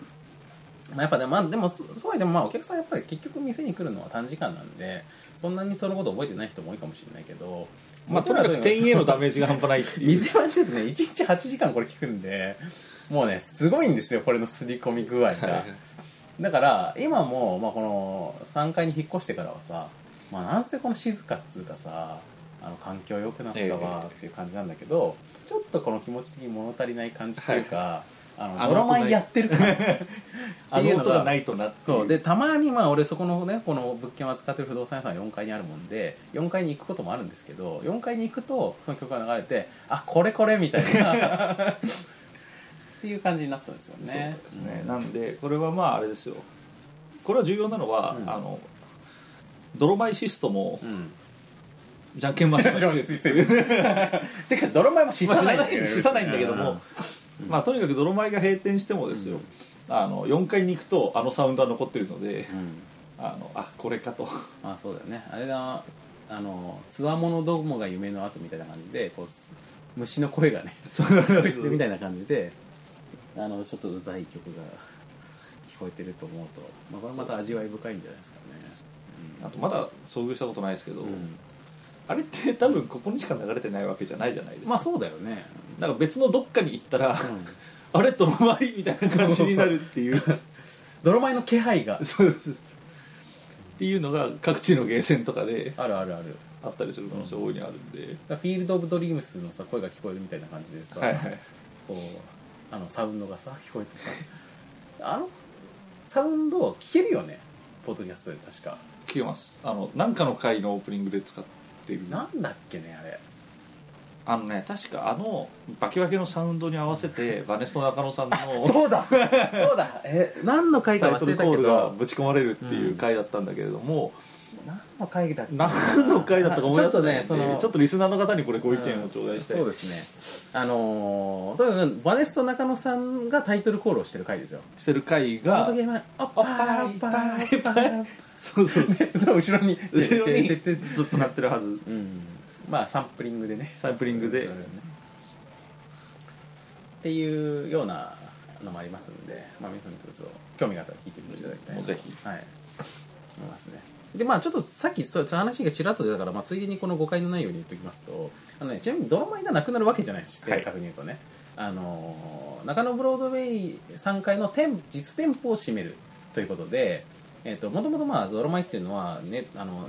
S2: まあ、やっぱでも,、まあ、でもそそうはでもまあお客さんやっぱり結局店に来るのは短時間なんでそんなにそのこと覚えてない人も多いかもしれないけど
S3: たまあとにかく店員へのダメージが半端ないっていう
S2: 店番しててね1日8時間これ聞くんでもうねすごいんですよこれの刷り込み具合がだから今も、まあ、この3階に引っ越してからはさ、まあ、なんせこの静かっつうかさあの環境良くなったわっていう感じなんだけど、ちょっとこの気持ち的に物足りない感じっていうか、あ
S3: あ
S2: の
S3: の
S2: 泥
S3: 音ない
S2: 米やってる感じ
S3: *laughs* あの音がないとなってい
S2: そうでたまにまあ俺そこのねこの物件を扱ってる不動産屋さんが4階にあるもんで4階に行くこともあるんですけど4階に行くとその曲が流れてあこれこれみたいな
S3: *laughs*
S2: っていう感じになったんですよね
S3: そうですね、なんでこれはまああれですよこれは重要なのは、
S2: うん
S3: あの泥米シストも
S2: うん、
S3: *laughs*
S2: うん
S3: じゃんけんマ *laughs* シマシです
S2: てか泥米もし
S3: まあ
S2: さ
S3: し
S2: ない
S3: ないしさないんだけども、まあとにかく泥米が閉店してもですよ、あの4階に行くとあのサウンドは残ってるので
S2: う、ん、
S3: あのあこれかと
S2: まあそうだよねあれだあのつわものどもが夢の後みたいな感じでこう虫の声がね
S3: そう *laughs* そうそう
S2: みたいな感じであのちょっとうざい曲が聞こえてると思うと、まあ、これまた味わい深いんじゃないですかね。
S3: あとまだ遭遇したことないですけど、
S2: うん
S3: あれって多分ここにしか流れてないわけじゃないじゃないですか、
S2: まあそうだよね。
S3: なんか別のどっかに行ったら、
S2: うん
S3: あれ泥いみたいな感じになるっていう
S2: 泥米の気配が
S3: そうそうっていうのが各地のゲーセンとかで
S2: あるあるある。
S3: あったりする可能性大いにあるんで、
S2: だからフィールド・オブ・ドリームスのさ声が聞こえるみたいな感じでさ、
S3: はいはい
S2: こうあのサウンドがさ聞こえてさあのサウンド聞けるよねポッドキャストで確か
S3: 聞けますあのなんかの回のオープニングで使ってる
S2: なんだっけねあれ
S3: あのね確かあのバキバキのサウンドに合わせてバネスト中野さんの
S2: うだ *laughs* そうだえ何の回か
S3: タイト
S2: 忘れ
S3: ル
S2: た
S3: コー
S2: け
S3: ルが
S2: ど
S3: ぶち込まれるっていううん回だったんだけれども、
S2: 何の回だっけな
S3: 何の回だったか思い出せないんで
S2: あちょっとねその
S3: ちょっとリスナーの方にこれご意見を頂戴したい、
S2: そうですねあのーとにかくバネスト中野さんがタイトルコールをしてる回ですよ
S3: してる回
S2: ポッ
S3: が
S2: ドゲーム「おっ
S3: お
S2: ぱ
S3: っぱ
S2: い
S3: い
S2: おっぱいおっぱい」
S3: そうそうそう
S2: でその後ろに
S3: *laughs* 後ろに
S2: てててて
S3: ずっと鳴ってるはず
S2: うんまあサンプリングでね
S3: サンプリング
S2: そ
S3: で
S2: うだよねっていうようなのもありますんで、まあ、皆さんちょっと興味があったら聞いてみていただきたいな
S3: もうぜひ
S2: はい思いますねでまあちょっとさっきそう話がちらっと出たから、まあ、ついでにこの誤解のないように言っておきますとあの、ね、ちなみに泥米がなくなるわけじゃないです
S3: はい
S2: 正確に言うとね、あのー中野ブロードウェイ3階の店実店舗を閉めるということでえっともともとまあ泥米っていうのは、ね、あの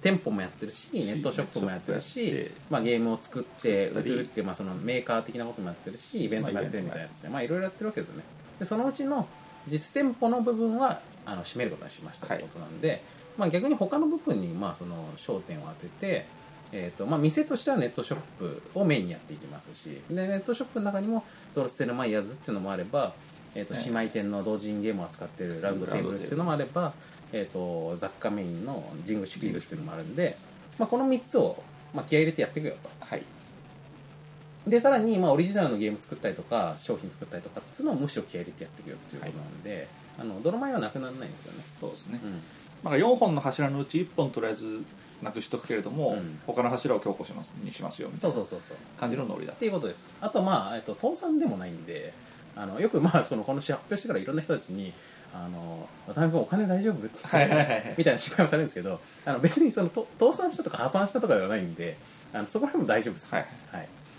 S2: 店舗もやってるしネットショップもやってる
S3: ネットショップやっ、
S2: してまあ、ゲームを作って売るっていう、まあ、そのメーカー的なこともやってるしイベントもやってるみたいなやつでまあいろいろやってるわけですよねでそのうちの実店舗の部分はあの閉めることにしましたと
S3: はい
S2: いうことなんで、まあ、逆に他の部分にまあその焦点を当てて、えーとまあ、店としてはネットショップをメインにやっていきますしでネットショップの中にもドロッセルマイヤーズっていうのもあれば、えー、と
S3: はい
S2: 姉妹店の同人ゲームを扱ってるラウンドテーブルっていうのもあれば、えー、と雑貨メインのジングシュピールっていうのもあるんで、まあ、この3つを、まあ、気合い入れてやっていくよと。
S3: はい
S2: でさらに、まあ、オリジナルのゲーム作ったりとか商品作ったりとかっていうのをむしろ気合い入れてやっていくよっていうことなんで、あの泥米はなくならないんですよね、
S3: そうですね、
S2: うん
S3: なんか4本の柱のうち1本とりあえずなくしとくけれども、
S2: うん
S3: 他の柱を強固しますにしますよみ
S2: そ
S3: た
S2: う
S3: いな
S2: そうそうそうっ
S3: 感じのノリだ
S2: ていうことですあとまあ、えっと、倒産でもないんであのよくまあ *laughs* そのこの発表してからいろんな人たちに「あの渡辺君お金大丈夫?」って
S3: はいはいはいはい
S2: みたいな心配をされるんですけどあの別にそのと倒産したとか破産したとかではないんであのそこら辺も大丈夫です、
S3: はい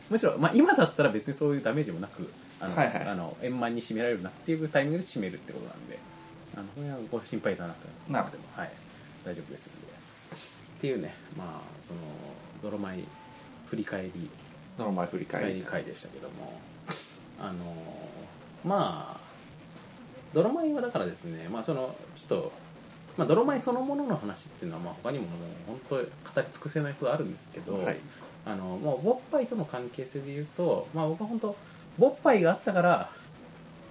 S2: むしろ、まあ、今だったら別にそういうダメージもなくあの、
S3: はいはい
S2: あの円満に締められるなっていうタイミングで締めるってことなんであのこれはご心配だなと
S3: なるほど
S2: でもはい、大丈夫ですんでっていうねまあその泥米振り返り
S3: ドロマイ振り返
S2: 帰
S3: り
S2: り会でしたけどもあのまあ泥米はだからですねまあそのちょっと、まあ、泥米そのものの話っていうのはまあ他にももう本当語り尽くせないほどあるんですけど、
S3: はい
S2: あのもうボッパイとの関係性で言うとまあ僕は本当ボッパイがあったから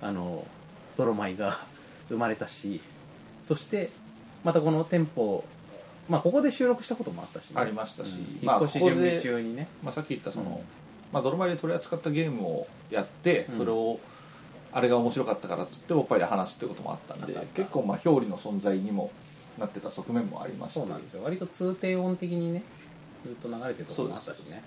S2: あの泥米が生まれたしそしてまたこの店舗まあここで収録したこともあったしね、
S3: ありましたし
S2: うん
S3: ま
S2: 引
S3: あ
S2: っ越し
S3: ここで
S2: 準備中にね、
S3: まあ、さっき言ったその、
S2: うん
S3: まあ、ドロマイで取り扱ったゲームをやって、
S2: うん
S3: それをあれが面白かったからっつっておっぱいで話すってこともあったんで
S2: あった
S3: 結構まあ表裏の存在にもなってた側面もありまして
S2: そうなんですよ割と通低音的にねずっと流れてるところもあったし
S3: そうで
S2: ね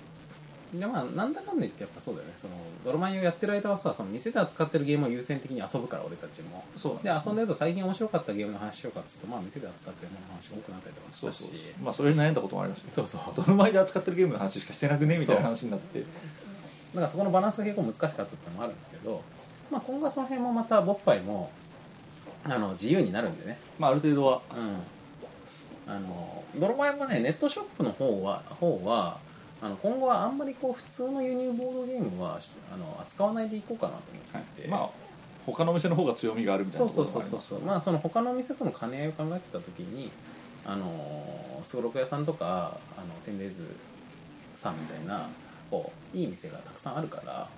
S2: でまあなんだかんだ言ってやっぱそうだよねその泥米をやってる間はさその店で扱ってるゲームを優先的に遊ぶから俺たちも
S3: そうなん
S2: で遊んで
S3: ね
S2: ると最近面白かったゲームの話しようかっつうとまあ店で扱ってるものの話が多くなったりとかもし
S3: そう
S2: たし
S3: そうまあそれに悩んだこともありましたけ
S2: そ
S3: ど
S2: うそう
S3: ドロマイで扱ってるゲームの話しかしてなくねみたいな話になって
S2: だからそこのバランスが結構難しかったってのもあるんですけど、まあ、今後はその辺もまたボッパイもあの自由になるんでね
S3: まあある程度は
S2: うん、あの泥米もねネットショップの方は方はあの今後はあんまりこう普通の輸入ボードゲームはあの扱わないでいこうかなと思っていて、
S3: まあ他のお店の方が強みがあるみたい
S2: そ
S3: な
S2: う
S3: とこ
S2: そう
S3: ろも
S2: そ
S3: あ
S2: う
S3: り
S2: そうそう
S3: ます
S2: まあその他のお店との兼ね合いを考えてた時にあのすごろく屋さんとかあのテンデイズさんみたいなこういい店がたくさんあるから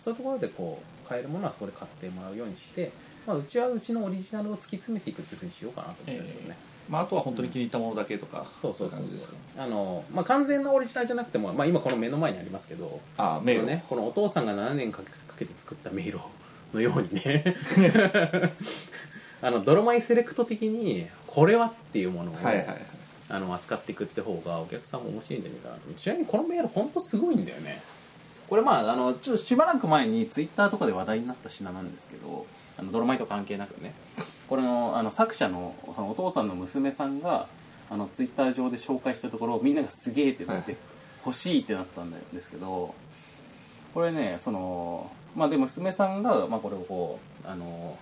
S2: そういうところでこう買えるものはそこで買ってもらうようにして、まあ、うちはうちのオリジナルを突き詰めていくっていうふうにしようかなと思ってるんですよね、
S3: ええまああとは本当に気に入ったものだけとか、
S2: そうそうそう
S3: い感じ
S2: そ
S3: で
S2: う
S3: すか
S2: あの、まあ、完全なオリジナルじゃなくても、まあ、今この目の前にありますけど
S3: ああ
S2: こ
S3: メー
S2: の,、
S3: ル
S2: ね、このお父さんが7年かけかけて作った迷路 *laughs* のように *laughs* ねあのドロマイセレクト的にこれはっていうものを
S3: はいはいはい
S2: あの扱っていくって方がお客さんも面白いんじゃないかなとちなみにこのメール本当すごいんだよねこれまああのちょっとしばらく前にツイッターとかで話題になった品なんですけどあのドロマイト関係なくねこれのあの作者のそのお父さんの娘さんがあのツイッター上で紹介したところみんながすげえってなって、
S3: はい
S2: 欲しいってなったんですけどこれねそのまあで娘さんが、まあ、これをこうあの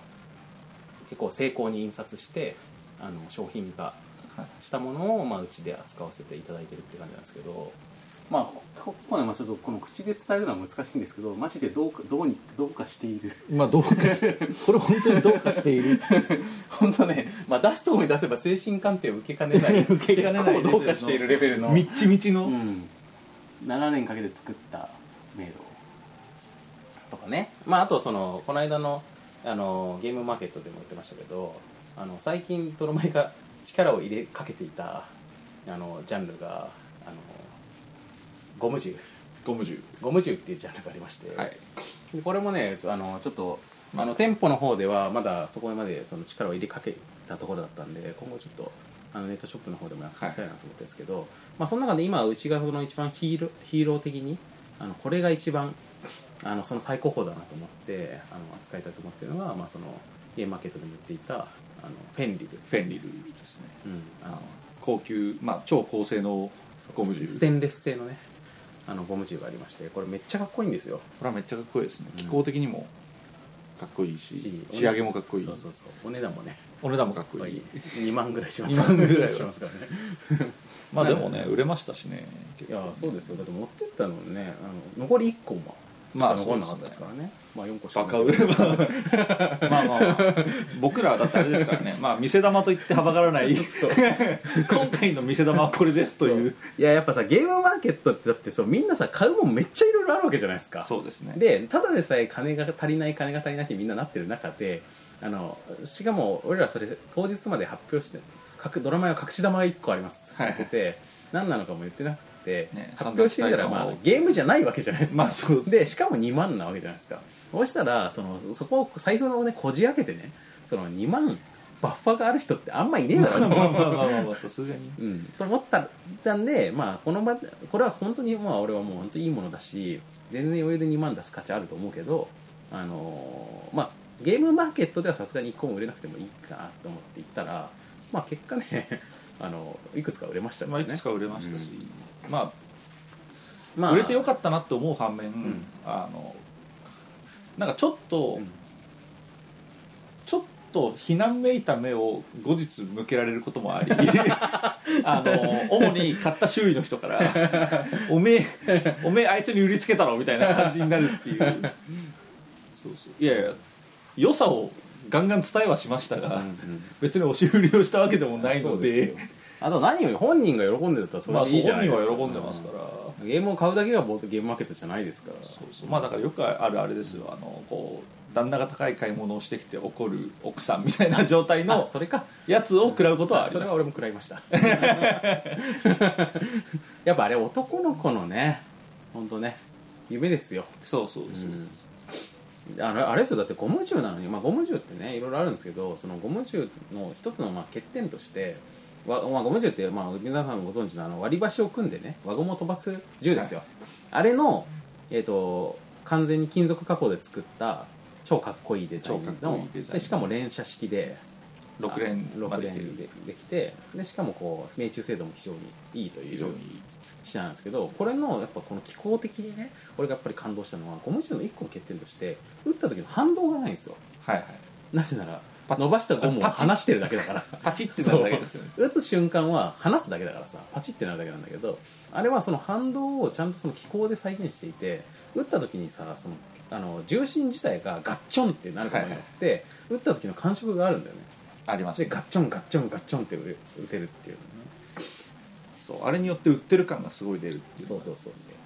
S2: 結構精巧に印刷してあの商品化
S3: はい
S2: したものを、まあ、うちで扱わせていただいてるって感じなんですけどまあほほここねまあちょっとこの口で伝えるのは難しいんですけどマジでどうかどうにどうかしている
S3: まあどうかこれ本当にどうかしている
S2: *laughs* 本当ね、まあ、出すとこに出せば精神鑑定を *laughs* 受けかねない
S3: 受けかねないレベルの
S2: 結構どうかしているレベルの、
S3: みっちみちの、
S2: うん、7年かけて作った迷路とかねまああとそのこの間のあのゲームマーケットでも言ってましたけどあの最近トロマイが力を入れかけていたあのジャンルがあのゴム銃
S3: ゴム銃
S2: ゴム銃っていうジャンルがありまして、
S3: はい
S2: でこれもねあのちょっとあの店舗の方ではまだそこまでその力を入れかけたところだったんで今後ちょっとあのネットショップの方でもやっていきたいなと思ってるんですけど、まあ、その中で今うちがその一番ヒーローヒーロー的にあのこれが一番あのその最高峰だなと思ってあの扱いたいと思ってるのが、まあ、そのゲームマーケットでも言っていたあのフェンリル、
S3: フェンリルですね
S2: うん、あ
S3: あ
S2: の
S3: の高級まあ超高性能ゴム銃
S2: ステンレス製のねあのゴム銃がありましてこれめっちゃかっこいいんですよ
S3: これはめっちゃかっこいいですね、
S2: うん
S3: 気候的にもかっこいいし
S2: し
S3: 仕上げもかっこいい
S2: そうそうそうお値段もね
S3: お値段もかっこいい、
S2: 2万ぐらいします
S3: 2万ぐらいは
S2: しますからね
S3: まあでもね売れましたしね
S2: いやそうですよだって持ってったのねあの残り1個も
S3: まあ
S2: しか残んなかったですからねまあ4個しか
S3: バカ
S2: 残
S3: 売
S2: んな
S3: れ
S2: い
S3: *laughs* ばまあまあ、まあ、僕らはだってあれですからねまあ見せ玉と言ってはばからない今回の見せ玉はこれですという
S2: いややっぱさゲームマーケットってだってそうみんなさ買うもんめっちゃいろいろあるわけじゃないですか
S3: そうですね
S2: でただでさえ金が足りない金が足りないってみんななってる中であのしかも俺らそれ当日まで発表してかくドラマは隠し玉が1個ありますって言ってて、何なのかも言ってなくて、
S3: ね
S2: 発表してみたら、まあ、ゲームじゃないわけじゃないですか、
S3: まあそうです
S2: でしかも2万なわけじゃないですかそうしたらそのそこを財布をねこじ開けてねその2万バッファがある人ってあんまいねえだろうと
S3: まあまあまあまあまあさすがに
S2: うん、と思ったたんで、まあ、この場でこれは本当に、まあ、俺はもう本当にいいものだし全然余裕で2万出す価値あると思うけど、あのーまあ、ゲームマーケットではさすがに1個も売れなくてもいいかなと思って行ったら、まあ、結果ね *laughs* あのいくつか売れました
S3: まあ
S2: ね
S3: いくつか売れましたし、ま
S2: ま
S3: あ
S2: あ
S3: 売れてよかったなと思う反面、
S2: ん
S3: あのなんかちょっと、
S2: うん
S3: ちょっと避難めいた目を後日向けられることもありあの主に買った周囲の人から *laughs* 「おめえおめえあいつに売りつけたろ」みたいな感じになるっていうそうそういやいや良さをガンガン伝えはしました
S2: う
S3: が、
S2: んうん
S3: 別に押し売りをしたわけでも *laughs* ない
S2: そ
S3: の
S2: うです
S3: で
S2: よあと何より本人が喜んでたらそれ
S3: まあ
S2: で
S3: そう
S2: いいじゃ
S3: 本
S2: ない
S3: 人
S2: ですか、
S3: は喜んでますから。
S2: らゲームを買うだけがボードゲームマーケットじゃないですから
S3: そうそうまあだからよくあるあれですよあのこう旦那が高い買い物をしてきて怒る奥さんみたいな状態
S2: あ
S3: の
S2: それか
S3: やつを食らうことはあり
S2: そ
S3: ま
S2: れ
S3: す
S2: は俺も食らいました *laughs* やっぱあれ男の子のね本当ね夢ですよ
S3: そうそうそうそう、
S2: あのあれですよだってゴム銃なのに、まあ、ゴム銃ってねいろいろあるんですけどそのゴム銃の一つのまあ欠点としてわまあ、ゴム銃って、まあ、皆さんもご存知のあの割り箸を組んでね輪ゴムを飛ばす銃ですよ、あれの、えー、と完全に金属加工で作った超かっこいいデザイン
S3: 超かっこい
S2: の
S3: いデザイン
S2: でしかも連射式で
S3: 6連ま
S2: 6
S3: でいけ
S2: 連
S3: る
S2: でできてでしかもこう命中精度も非常にいいとい
S3: 非常に
S2: う品なんですけどこれのやっぱこの機構的にね俺がやっぱり感動したのはゴム銃の1個の欠点として打った時の反動がないんですよ
S3: はいはい
S2: なぜなら
S3: パチッ
S2: 伸ばしたゴムを
S3: パチッ
S2: 離してるだけだから
S3: パチって
S2: *laughs*
S3: な
S2: そ
S3: る
S2: う
S3: だけですけどね
S2: 打つ瞬間は離すだけだからさパチってなるだけなんだけどあれはその反動をちゃんとその機構で再現していて打った時にさそのあの重心自体がガッチョンってなることによって、打った時の感触があるんだよね
S3: あります
S2: で
S3: ね
S2: ガッチョンガッチョンガッチョンって打て打てるっていうね
S3: そうあれによって売ってる感がすごい出るっていう
S2: そうそうそうそ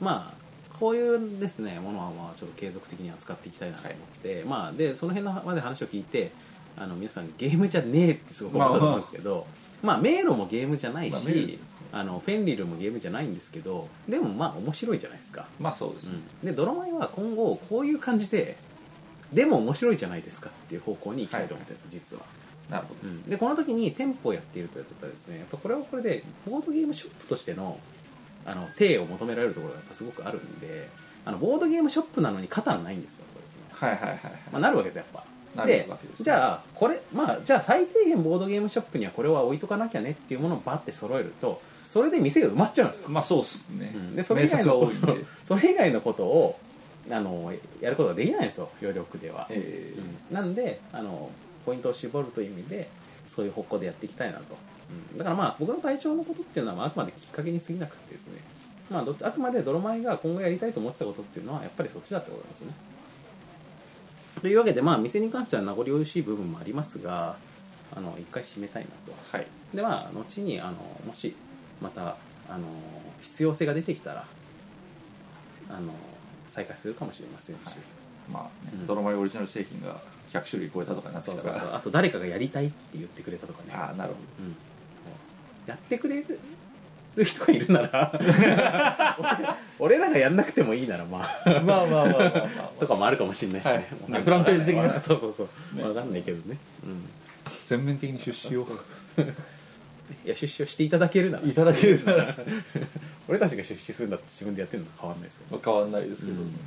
S2: うまあこういうですねものはまあちょっと継続的に扱っていきたいなと思って、まあでその辺のまで話を聞いてあの皆さんゲームじゃねえってすごく思ったと思うんですけど、まあ迷路もゲームじゃないし、
S3: まあ迷路ですね
S2: あのフェンリルもゲームじゃないんですけどでもまあ面白いじゃないですか、
S3: まあそうですね、
S2: うん、でドラマイは今後こういう感じででも面白いじゃないですかっていう方向に行きたいと思ってるんです、実は
S3: なるほど
S2: でこの時に店舗をやっているとやったらですねやっぱこれはこれでボードゲームショップとしてのあの体を求められるところがやっぱすごくあるんであのボードゲームショップなのにカタンないんですよこれですね、
S3: はいはいはいはい
S2: まあ、なるわけですよやっぱ
S3: な
S2: で
S3: るわけですね
S2: じゃあこれまあじゃあ最低限ボードゲームショップにはこれは置いとかなきゃねっていうものをバッて揃えるとそれで店が埋まっちゃうんですよ
S3: まあそうっすね、
S2: うんでそれ以外の
S3: 名作が多いんで
S2: *laughs* それ以外のことをあのやることができないんですよ余力では、
S3: え
S2: うんなんであのポイントを絞るという意味でそういう方向でやっていきたいなと、うんだからまあ僕の体調のことっていうのはまああくまできっかけに過ぎなくてですねまあ、どっちあくまで泥米が今後やりたいと思ってたことっていうのはやっぱりそっちだってことなんですね。というわけでまあ店に関しては名残惜しい部分もありますがあの一回締めたいなと
S3: ーはい
S2: でまあ後にあのもしまたあの必要性が出てきたらあの再開するかもしれませんし、
S3: はいまあ、ね
S2: うん
S3: ドラマイオリジナル製品が100種類超えたとかになって
S2: そう
S3: き
S2: そ
S3: た
S2: う
S3: か
S2: そう
S3: ら
S2: あと誰かがやりたいって言ってくれたとかね
S3: ああなるほど
S2: うん、やってくれる人がいるなら *laughs* 俺俺らがやんなくてもいいならまあ
S3: まあまあまあまあまあ、まあ
S2: とかもあるかもしれないしね、
S3: はい
S2: わかんない
S3: フランチャイズ的な
S2: そうそうそう、
S3: ね
S2: わかんないけどね、うん、
S3: 全面的に出資を
S2: いや出資をしていただけるなら
S3: いただけ
S2: *laughs*
S3: るなら
S2: 俺たちが出資するんだって自分でやってるのは変わんないですよね
S3: 変わんないですけど、
S2: うん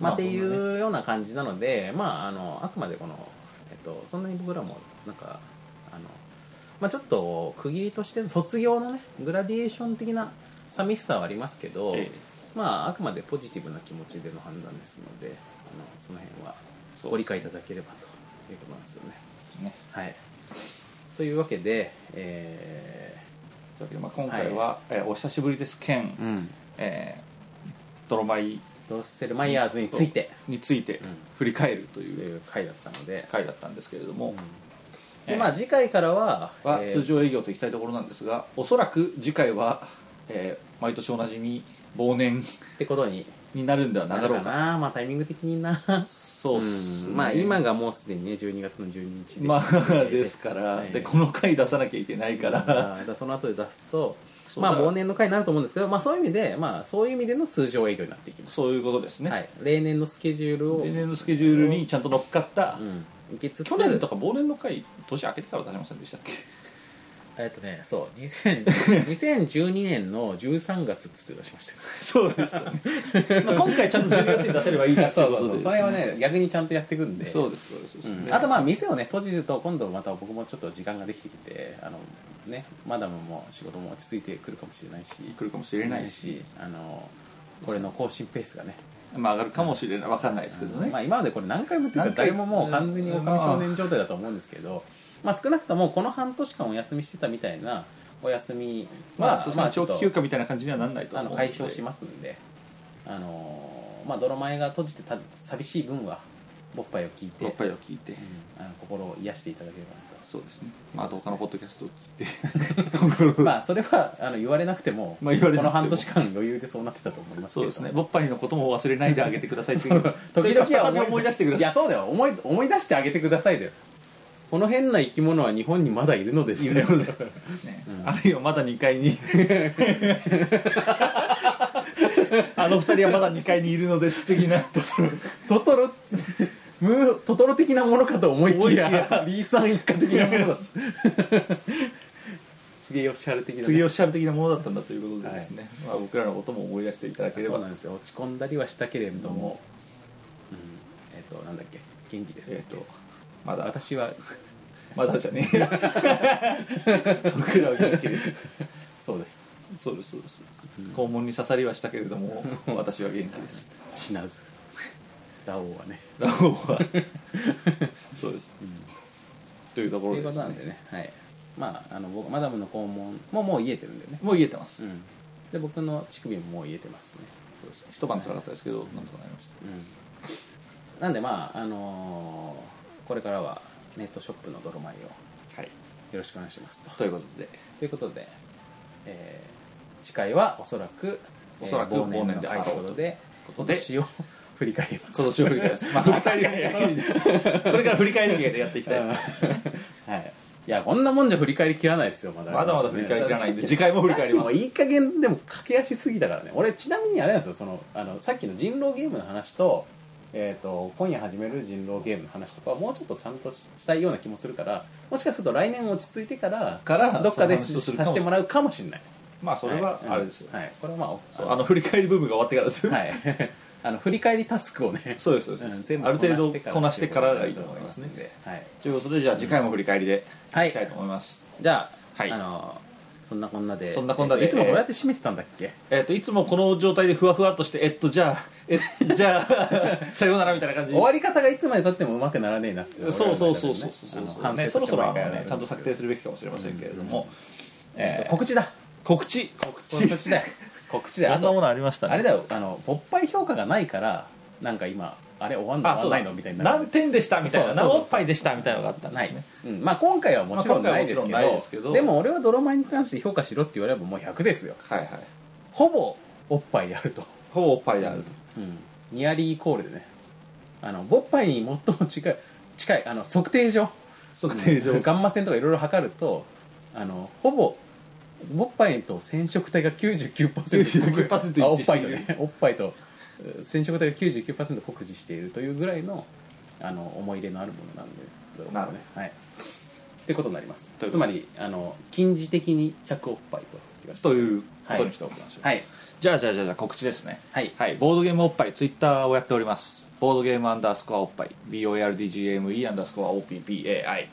S2: まあ、ってい
S3: まあそんな
S2: うような感じなので、まあ、あのあくまでこの、えっと、そんなに僕らもなんかあの、まあ、ちょっと区切りとしての卒業のねグラディエーション的な寂しさはありますけど、
S3: ええ
S2: まあ、あくまでポジティブな気持ちでの判断ですのであのその辺は
S3: そうですね
S2: ご理解いただければということなんですよね。
S3: ね
S2: はい、というわけで、え
S3: というわけでまあ、今回は、えーお久しぶりです兼、
S2: ーうん、
S3: えードロマイ
S2: ドロッセルマイヤーズについて
S3: について
S2: うん
S3: 振り返ると
S2: と
S3: いう
S2: いう回だったので。
S3: 回だったんですけれども、
S2: でまあ、次回からは、
S3: は
S2: えー
S3: 通常営業といきたいところなんですがおそらく次回は、えー毎年おなじみ忘年
S2: ってことに
S3: になるんではな
S2: な
S3: か
S2: る
S3: ろ
S2: か
S3: う
S2: な
S3: か
S2: まあタイミング的にな
S3: そうっすね、
S2: うんまあ今がもうすでにね12月の12日です
S3: まあですから、
S2: はい
S3: でこの回出さなきゃいけないか
S2: だから
S3: ら、
S2: だからその後で出すと
S3: そう
S2: ま
S3: だ
S2: あ忘年の回になると思うんですけど、まあ、そういう意味で、まあ、そういう意味での通常営業になっていきます
S3: そういうことですね、
S2: はい、例年のスケジュールを
S3: 例年のスケジュールにちゃんと乗っかった、
S2: うん、受けつつ
S3: 去年とか忘年の回年明けてから出しません
S2: *laughs*
S3: でしたっけ
S2: えっとねそう2000
S3: *laughs*
S2: 2012年の13月っつって出しましたよ
S3: そうでしたね、 *laughs* まあ、今回ちゃんと12月に出せればいいなってい
S2: そうう
S3: こ
S2: そう *laughs* そう
S3: とです
S2: それをね逆にちゃんとやっていくんで
S3: そうですそうですそうです、
S2: あとまあ店をね閉じると今度また僕もちょっと時間ができてきてあのねマダムも仕事も落ち着いてくるかもしれないし
S3: 来るかもしれないし、
S2: あのこれの更新ペースがね
S3: まあ、上がるかもしれない分かんないですけどね、
S2: まあ、今までこれ何回も言ってるから
S3: 何回
S2: 誰ももう完全におかみ少年状態だと思うんですけど、まあ、少なくともこの半年間お休みしてたみたいなお休み
S3: まあ、
S2: は
S3: そうです
S2: ま
S3: ね
S2: あちょ
S3: 長
S2: っと
S3: 期休暇みたいな感じにはなんないと
S2: あ
S3: 思う
S2: の
S3: ので
S2: 解消しますんであの、まあ、泥前が閉じてた寂しい分はボッパイを聞いて、
S3: やっぱりを聞いて、
S2: うんあの心を癒していただければなと
S3: そうですねまああと他のポッドキャストを聞い
S2: *laughs*
S3: て心を
S2: まあそれはあの言われなくても,、
S3: まあ言われなくても
S2: この半年間余裕でそうなってたと思いますけ
S3: そう
S2: れど
S3: ですねボッパイのことも忘れないであげてくださいって
S2: *laughs*
S3: い
S2: そうう
S3: と
S2: 時
S3: いうか
S2: 々は
S3: 再び思い出してくだ
S2: い
S3: さ
S2: やそうだよ思い思い出してあげてくださいだよこの変な生き物は日本にまだいるのですよ
S3: い、ねあるいはまだ2階にあの二人はまだ2階にいるのです的な
S2: トトロムートトロ的なものかと思い
S3: 思
S2: き
S3: いき
S2: や
S3: や
S2: B さん一家的なものだ杉吉春的なね、
S3: 次おっしゃる的なものだったんだということでですね、まあ、僕らのことも思い出していただけれ
S2: そ
S3: ば
S2: うなんですよ落ち込んだりはしたけれども、うんえっ、となんだっけ元気です
S3: え
S2: ね
S3: っ、とまだ
S2: 私は
S3: まだじゃねえ僕らは元気です
S2: *laughs* そうです
S3: そうですそうです肛門に刺さりはしたけれど *laughs* も私は元気です
S2: 死 *laughs* なずラオウはね
S3: ラオウはそうです、というとこ
S2: い
S3: とろで
S2: う
S3: で
S2: こ
S3: す
S2: となんでねはいまああの僕マダムの肛門ももう癒えてるんでね、
S3: もう言えてます、
S2: うん、で僕の乳首ももう癒えてますしね、
S3: そうです一晩つらかったですけど、なんとかなりまし
S2: うん、なんでまああのーこれからはネットショップの泥米をよ
S3: たはい
S2: ろしくお願いしますと
S3: ということで
S2: ということで、えー次回はおそらく
S3: おそら
S2: え
S3: く
S2: ー忘
S3: 忘
S2: 年
S3: 年
S2: で
S3: で
S2: 会
S3: 会
S2: うという
S3: おうと
S2: ことで
S3: こと
S2: 今
S3: で
S2: 年を *laughs* 振り返ります
S3: 今年を振り返ります *laughs* まあ振り返りこれから振り返りだけでやっていきたいと思います
S2: *laughs* はい、いやこんなもんじゃ振り返りきらないですよまだ
S3: まだまだ振り返りきらないんで次回も振り返りま
S2: さ
S3: す
S2: っきもいい加減でも駆け足すぎたからね俺ちなみにあれなんですよそのあのさっきの人狼ゲームの話とえー、と今夜始める人狼ゲームの話とかはもうちょっとちゃんとししたいような気もするからもしかすると来年落ち着いてから
S3: から
S2: どっかで
S3: そういう話をするか
S2: さ
S3: も
S2: せてもらうかもしれない
S3: まあそれはあれですよ、
S2: はいうんはい、これはまあ
S3: そうあの振り返り部分が終わってからですよ、
S2: はい *laughs* あの振り返りタスクをね
S3: そうですそうです、
S2: うん全部
S3: ある程度
S2: こなしてから
S3: こなしてからがいいと思いますね
S2: はい、
S3: ということでじゃあ次回も振り返りで
S2: はい
S3: いきたいと思います、
S2: じゃあ,、
S3: はい
S2: あのそんなこんなで
S3: そんなこんなで
S2: えっといつもどうやって締めてたんだっけ、
S3: えっといつもこの状態でふわふわっとしてえっとじゃあえじゃ
S2: *laughs*
S3: あさようならみたいな感じ
S2: 終わり方がいつまでたってもうまくならねえなって俺ら
S3: そうそう
S2: の中でね
S3: そうそう
S2: あ
S3: そうそう
S2: の
S3: そう
S2: 反省
S3: ね
S2: と
S3: そろ
S2: して
S3: そろ
S2: も
S3: あの
S2: 毎回
S3: ねちゃんと策定
S2: す
S3: するべきかもしれませんけれども、
S2: るえー
S3: えー
S2: 告知だ
S3: 告知告
S2: 告知だよ告知だよ
S3: そんなものありましたね
S2: あれだよあの勃発評価がないからなんか今あれ終わんの
S3: あ
S2: 終
S3: そう
S2: わ
S3: だ
S2: んないのみたいになる
S3: 何点でしたみたい
S2: そ
S3: な
S2: うそうそう
S3: 何おっぱいでしたみたいなのがあったん
S2: な
S3: で
S2: い
S3: すね、
S2: うんまあ、今回はもちろん
S3: まあ
S2: ない
S3: 今
S2: で
S3: 回
S2: すけど,、
S3: はもちろんないですけど
S2: でも俺は泥米に関して評価しろって言われればもう100ですよ
S3: はいはい
S2: ほぼおっぱいであると、
S3: ほぼおっぱいであると
S2: うん、ニアリーイコールでねあの勃発に最も近い近いあの測定所
S3: 測定上
S2: ガンマ線とかいろいろ測るとあのほぼおっぱいと染色体が99%
S3: 99%
S2: あおっぱいと
S3: 一致し
S2: ねおっぱいとえー染色体が99%酷似しているというぐらいのあの思い入れのあるものなんでどうも
S3: なるほ
S2: はいってことになります
S3: ということ
S2: つまりあの近似的に100おっぱいと言わせて
S3: ということにしておきましょう、
S2: はい
S3: じゃあじゃあじゃあじゃあ告知ですね
S2: はい
S3: はい、ボードゲームおっぱいツイッターをやっておりますボードゲームアンダースコアおっぱい BORDGME アンダースコア OPPAI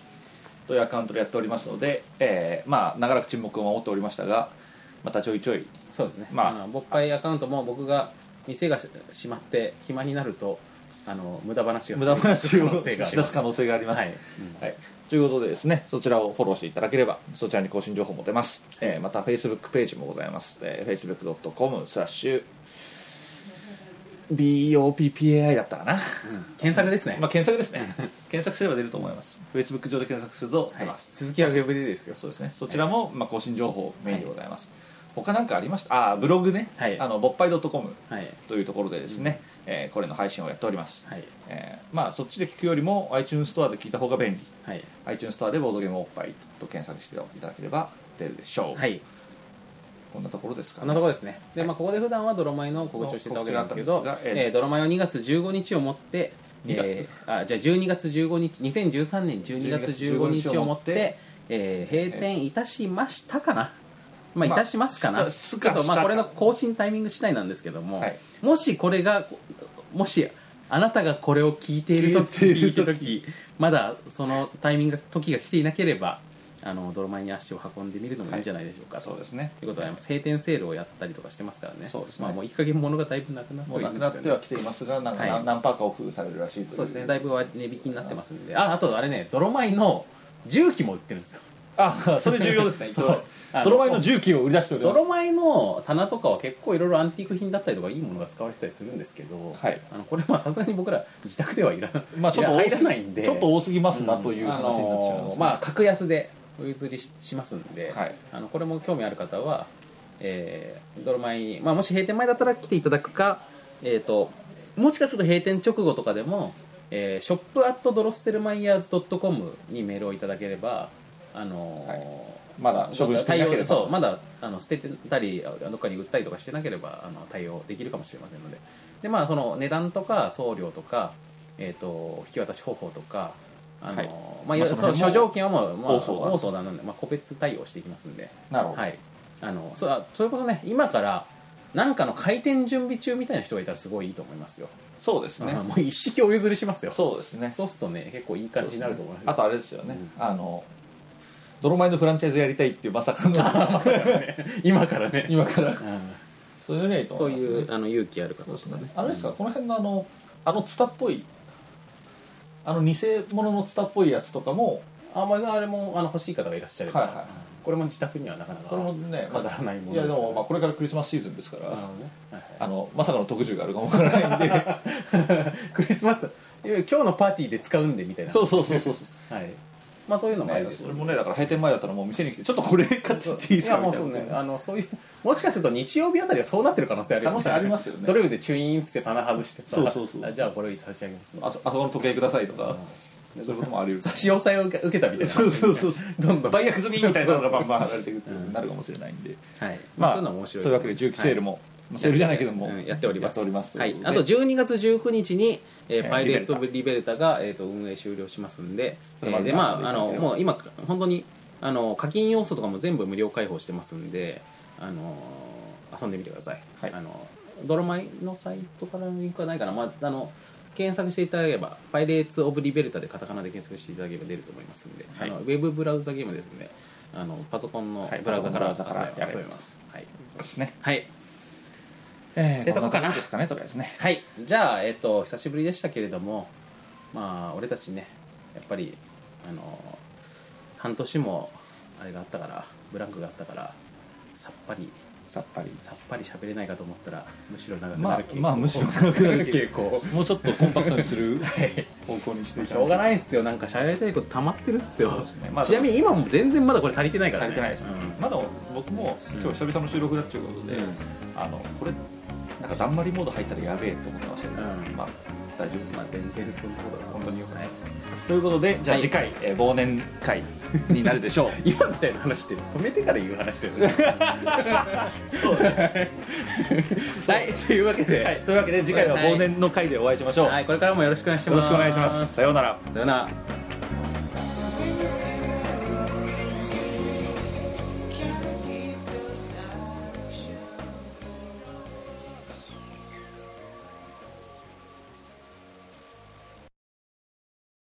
S3: というアカウントでやっておりますので、えーまあ長らく沈黙を守っておりましたがまたちょいちょい
S2: そうですね
S3: まあ
S2: あの勃発アカウントも僕が店が閉まって暇になるとあの *laughs* 無駄話が
S3: 無駄話をし
S2: 出
S3: 出す可能性があります、
S2: は
S3: はいい
S2: うん
S3: ということでですねそちらをフォローしていただければそちらに更新情報も出ます、えーまた Facebook ページもございます、えー、facebook.com スラッシュ BOPPAI だったかな、
S2: 検索ですね、
S3: まあ、検索です
S2: *laughs*
S3: ね検索すれば出ると思います Facebook 上で検索する
S2: は
S3: と出
S2: い
S3: ます、、
S2: 続きはウェブでですよ
S3: そうですねそちらも、まあ、更新情報メインでございます、他なんかありましたああブログね、
S2: はい
S3: あのぼっぱい .com
S2: はい
S3: というところでですね、えーこれの配信をやっております、
S2: はい
S3: えーまあそっちで聞くよりも iTunes ストアで聞いた方が便利
S2: はい
S3: iTunes ストアでボードゲームおっぱいと検索していただければ出るでしょう、
S2: はい
S3: こんなところですか
S2: こんなところですねで、まあ、ここで普段は泥米の告知をしてたわけなんですけど
S3: 告知があったんですがえ
S2: え
S3: え
S2: ー泥米は2月15日をもって
S3: 2月
S2: えーあじゃあ12月15日2013年12月15日をもって
S3: 12月15日をもって
S2: えー閉店いたしましたかな、まあ、い
S3: まあ
S2: たしますかな、
S3: した
S2: ちょ
S3: すか
S2: っと
S3: し
S2: ま
S3: た
S2: あ
S3: か
S2: これの更新タイミング次第なんですけども、
S3: はい
S2: もしこれがもしあなたがこれを聞いている時
S3: 聞いている時
S2: 時まだそのタイミングが時が来ていなければあの泥米に足を運んでみるのもいいんじゃないでしょうか、
S3: そうですね
S2: ということであります閉店セールをやったりとかしてますからね
S3: そうですね
S2: まあ、もういい加減物がだいぶなくなって
S3: もう
S2: はい
S3: な
S2: るん
S3: く
S2: ですけど、
S3: なっては
S2: ね、
S3: きていますがなんか
S2: はい
S3: 何,、パーかオフされるらしいという
S2: そうですねだいぶは値引きになってますんでああとあれね泥米の重機も売ってるんですよ
S3: あ *laughs* それ重要ですね
S2: そう
S3: 泥米の重機を売り出しております
S2: 泥米の棚とかは結構いろいろアンティーク品だったりとかいいものが使われてたりするんですけど、
S3: はい
S2: あのこれまあさすがに僕ら自宅ではいらない,、
S3: まあ、ちょっと多
S2: 入
S3: す
S2: らないんで
S3: ちょっと多すぎますなという
S2: あ
S3: 話になっちゃいます、
S2: のーまあ格安でお譲りししますんで、
S3: はい
S2: あのこれも興味ある方は、えー、ドルマイに、まあ、もし閉店前だったら来ていただくか、えー、ともしかすると閉店直後とかでも、えー、ショップアットドロッセルマイヤーズ .com にメールをいただければあのー
S3: はいまだ処分していなけ
S2: 対
S3: れば
S2: 応そうまだあの捨ててたりあどっかに売ったりとかしてなければあの対応できるかもしれませんのでで、まあ、その値段とか送料とか、えー、と引き渡し方法とかあの、
S3: はい
S2: まあ、いろいろ
S3: まあその辺も
S2: その諸条件はもう、まあ、
S3: 大相談
S2: 大相談なんで、まあ、個別対応していきますんで、
S3: なるほど、
S2: はい、あのそうあそれこそね今からなんかの開店準備中みたいな人がいたらすごいいいと思いますよ、
S3: そうですね
S2: あのもう一式お譲りしますよ
S3: そうですね
S2: そうするとね結構いい感じになると思います
S3: あとあれですよね、あの泥米のフランチャイズやりたいっていうまさか
S2: *laughs* *laughs*
S3: の
S2: まさかね今からね、
S3: 今か
S2: う
S3: ら
S2: ん
S3: そういうのはいいと
S2: そ
S3: 思
S2: う
S3: います、ね、
S2: いうあの勇気ある方
S3: そう
S2: と
S3: です
S2: かね
S3: ねあれですか、この辺のあのあのツタっぽいあの偽物のツタっぽいやつとかも
S2: あまあ、あれもあの欲しい方がいらっしゃれば、
S3: はいはい
S2: これも自宅にはなかなか
S3: これもねま
S2: 飾らないもの
S3: いやでもまあこれからクリスマスシーズンですから、あのまさかの特需があるかもわからないんで
S2: *laughs* クリスマスいや今日のパーティーで使うんでみたいな
S3: *laughs* そうそうそうそうそう
S2: はいまあそういうのもあり
S3: ね
S2: ま、す
S3: それもねだから閉店前だったらもう店に来てちょっとこれ買ってきていいですか
S2: やも
S3: み
S2: う
S3: た
S2: そう
S3: いな
S2: ねあのそういうもしかすると日曜日あたりはそうなってる可能性ある
S3: 可能性ありますよね
S2: ドリルでチュイーンって棚外してさ
S3: そうそうそう
S2: あじゃあこれ差し上げます
S3: あそあそこの時計くださいとか、そういうこともあり得る
S2: 差し押さえを受けたみたいな
S3: *laughs* そうそうそうそう
S2: どんどん
S3: 売約済みみたいなのがバンバン貼られていくっていうなるかもしれないんで、
S2: はい、ま
S3: ま
S2: あ、
S3: あ
S2: そういうのは面白い
S3: というわけで重機セール
S2: も
S3: もまあセールじゃないけども、
S2: うんやっております
S3: やっております
S2: はい
S3: という、こ
S2: あ
S3: と
S2: と
S3: で
S2: 12月19日に、えー
S3: えー
S2: パイレーツ・オブ・リベルタが、えー、と運営終了しますんで
S3: それま
S2: えー
S3: で
S2: でまああ
S3: 遊ん
S2: の
S3: でいただければ
S2: もう今本当にあの課金要素とかも全部無料開放してますんで、あのー遊んでみてください、
S3: はい
S2: あの泥米のサイトからのリンクはないかな、まあ、あの検索していただければ「パイレーツ・オブ・リベルタ」でカタカナで検索していただければ出ると思いますんで、
S3: はい
S2: あのウェブブラウザゲームですねあのパソコンの
S3: はい
S2: ブラウザから遊
S3: パソコンのブラウザからやれる
S2: べます、はい
S3: そうですね
S2: はい
S3: え
S2: ってとこかな
S3: こん感じですかねとりあえずね
S2: はい、じゃあ、えっと、久しぶりでしたけれども、まあ、俺たちね、やっぱり、あの、半年も、あれがあったから、ブランクがあったから、さっぱり、
S3: さっぱり
S2: さっぱり喋れないかと思ったら、むしろ長く
S3: ま
S2: な
S3: あ
S2: る傾向。
S3: まあむしろ長くなる
S2: 傾
S3: 傾
S2: 向
S3: 向。 *laughs* もうちょっとコンパクトにする
S2: はい
S3: 方向にして
S2: *laughs*
S3: い
S2: しょうが
S3: い
S2: ないっすよ、なんか喋りたいこと溜まってるっす
S3: そう
S2: よ
S3: です。ねまあ
S2: ちなみに今も全然まだこれ足りてないから
S3: 足
S2: ね。
S3: りてないですね、
S2: うん
S3: まだ僕も今日久々の収録だっていうことで、
S2: うん
S3: あのこれなんかだんまりモード入ったらやべえと思ってましたけど、
S2: うん
S3: まあ大丈夫です、
S2: まあ、全然そんなことだ
S3: 本当によかった
S2: はい
S3: です、ということでじゃあ
S2: はい
S3: 次回、えー忘年会になるでしょう
S2: *laughs* 今みたいな話って止めてから言う話だよねそうはいというわけで、
S3: はい、というわけで次回は忘年の会でお会いしましょう、
S2: はいこれからもよろしくお願いし
S3: よ
S2: ま
S3: ろ
S2: す
S3: しくお願いしますさようなら
S2: さようなら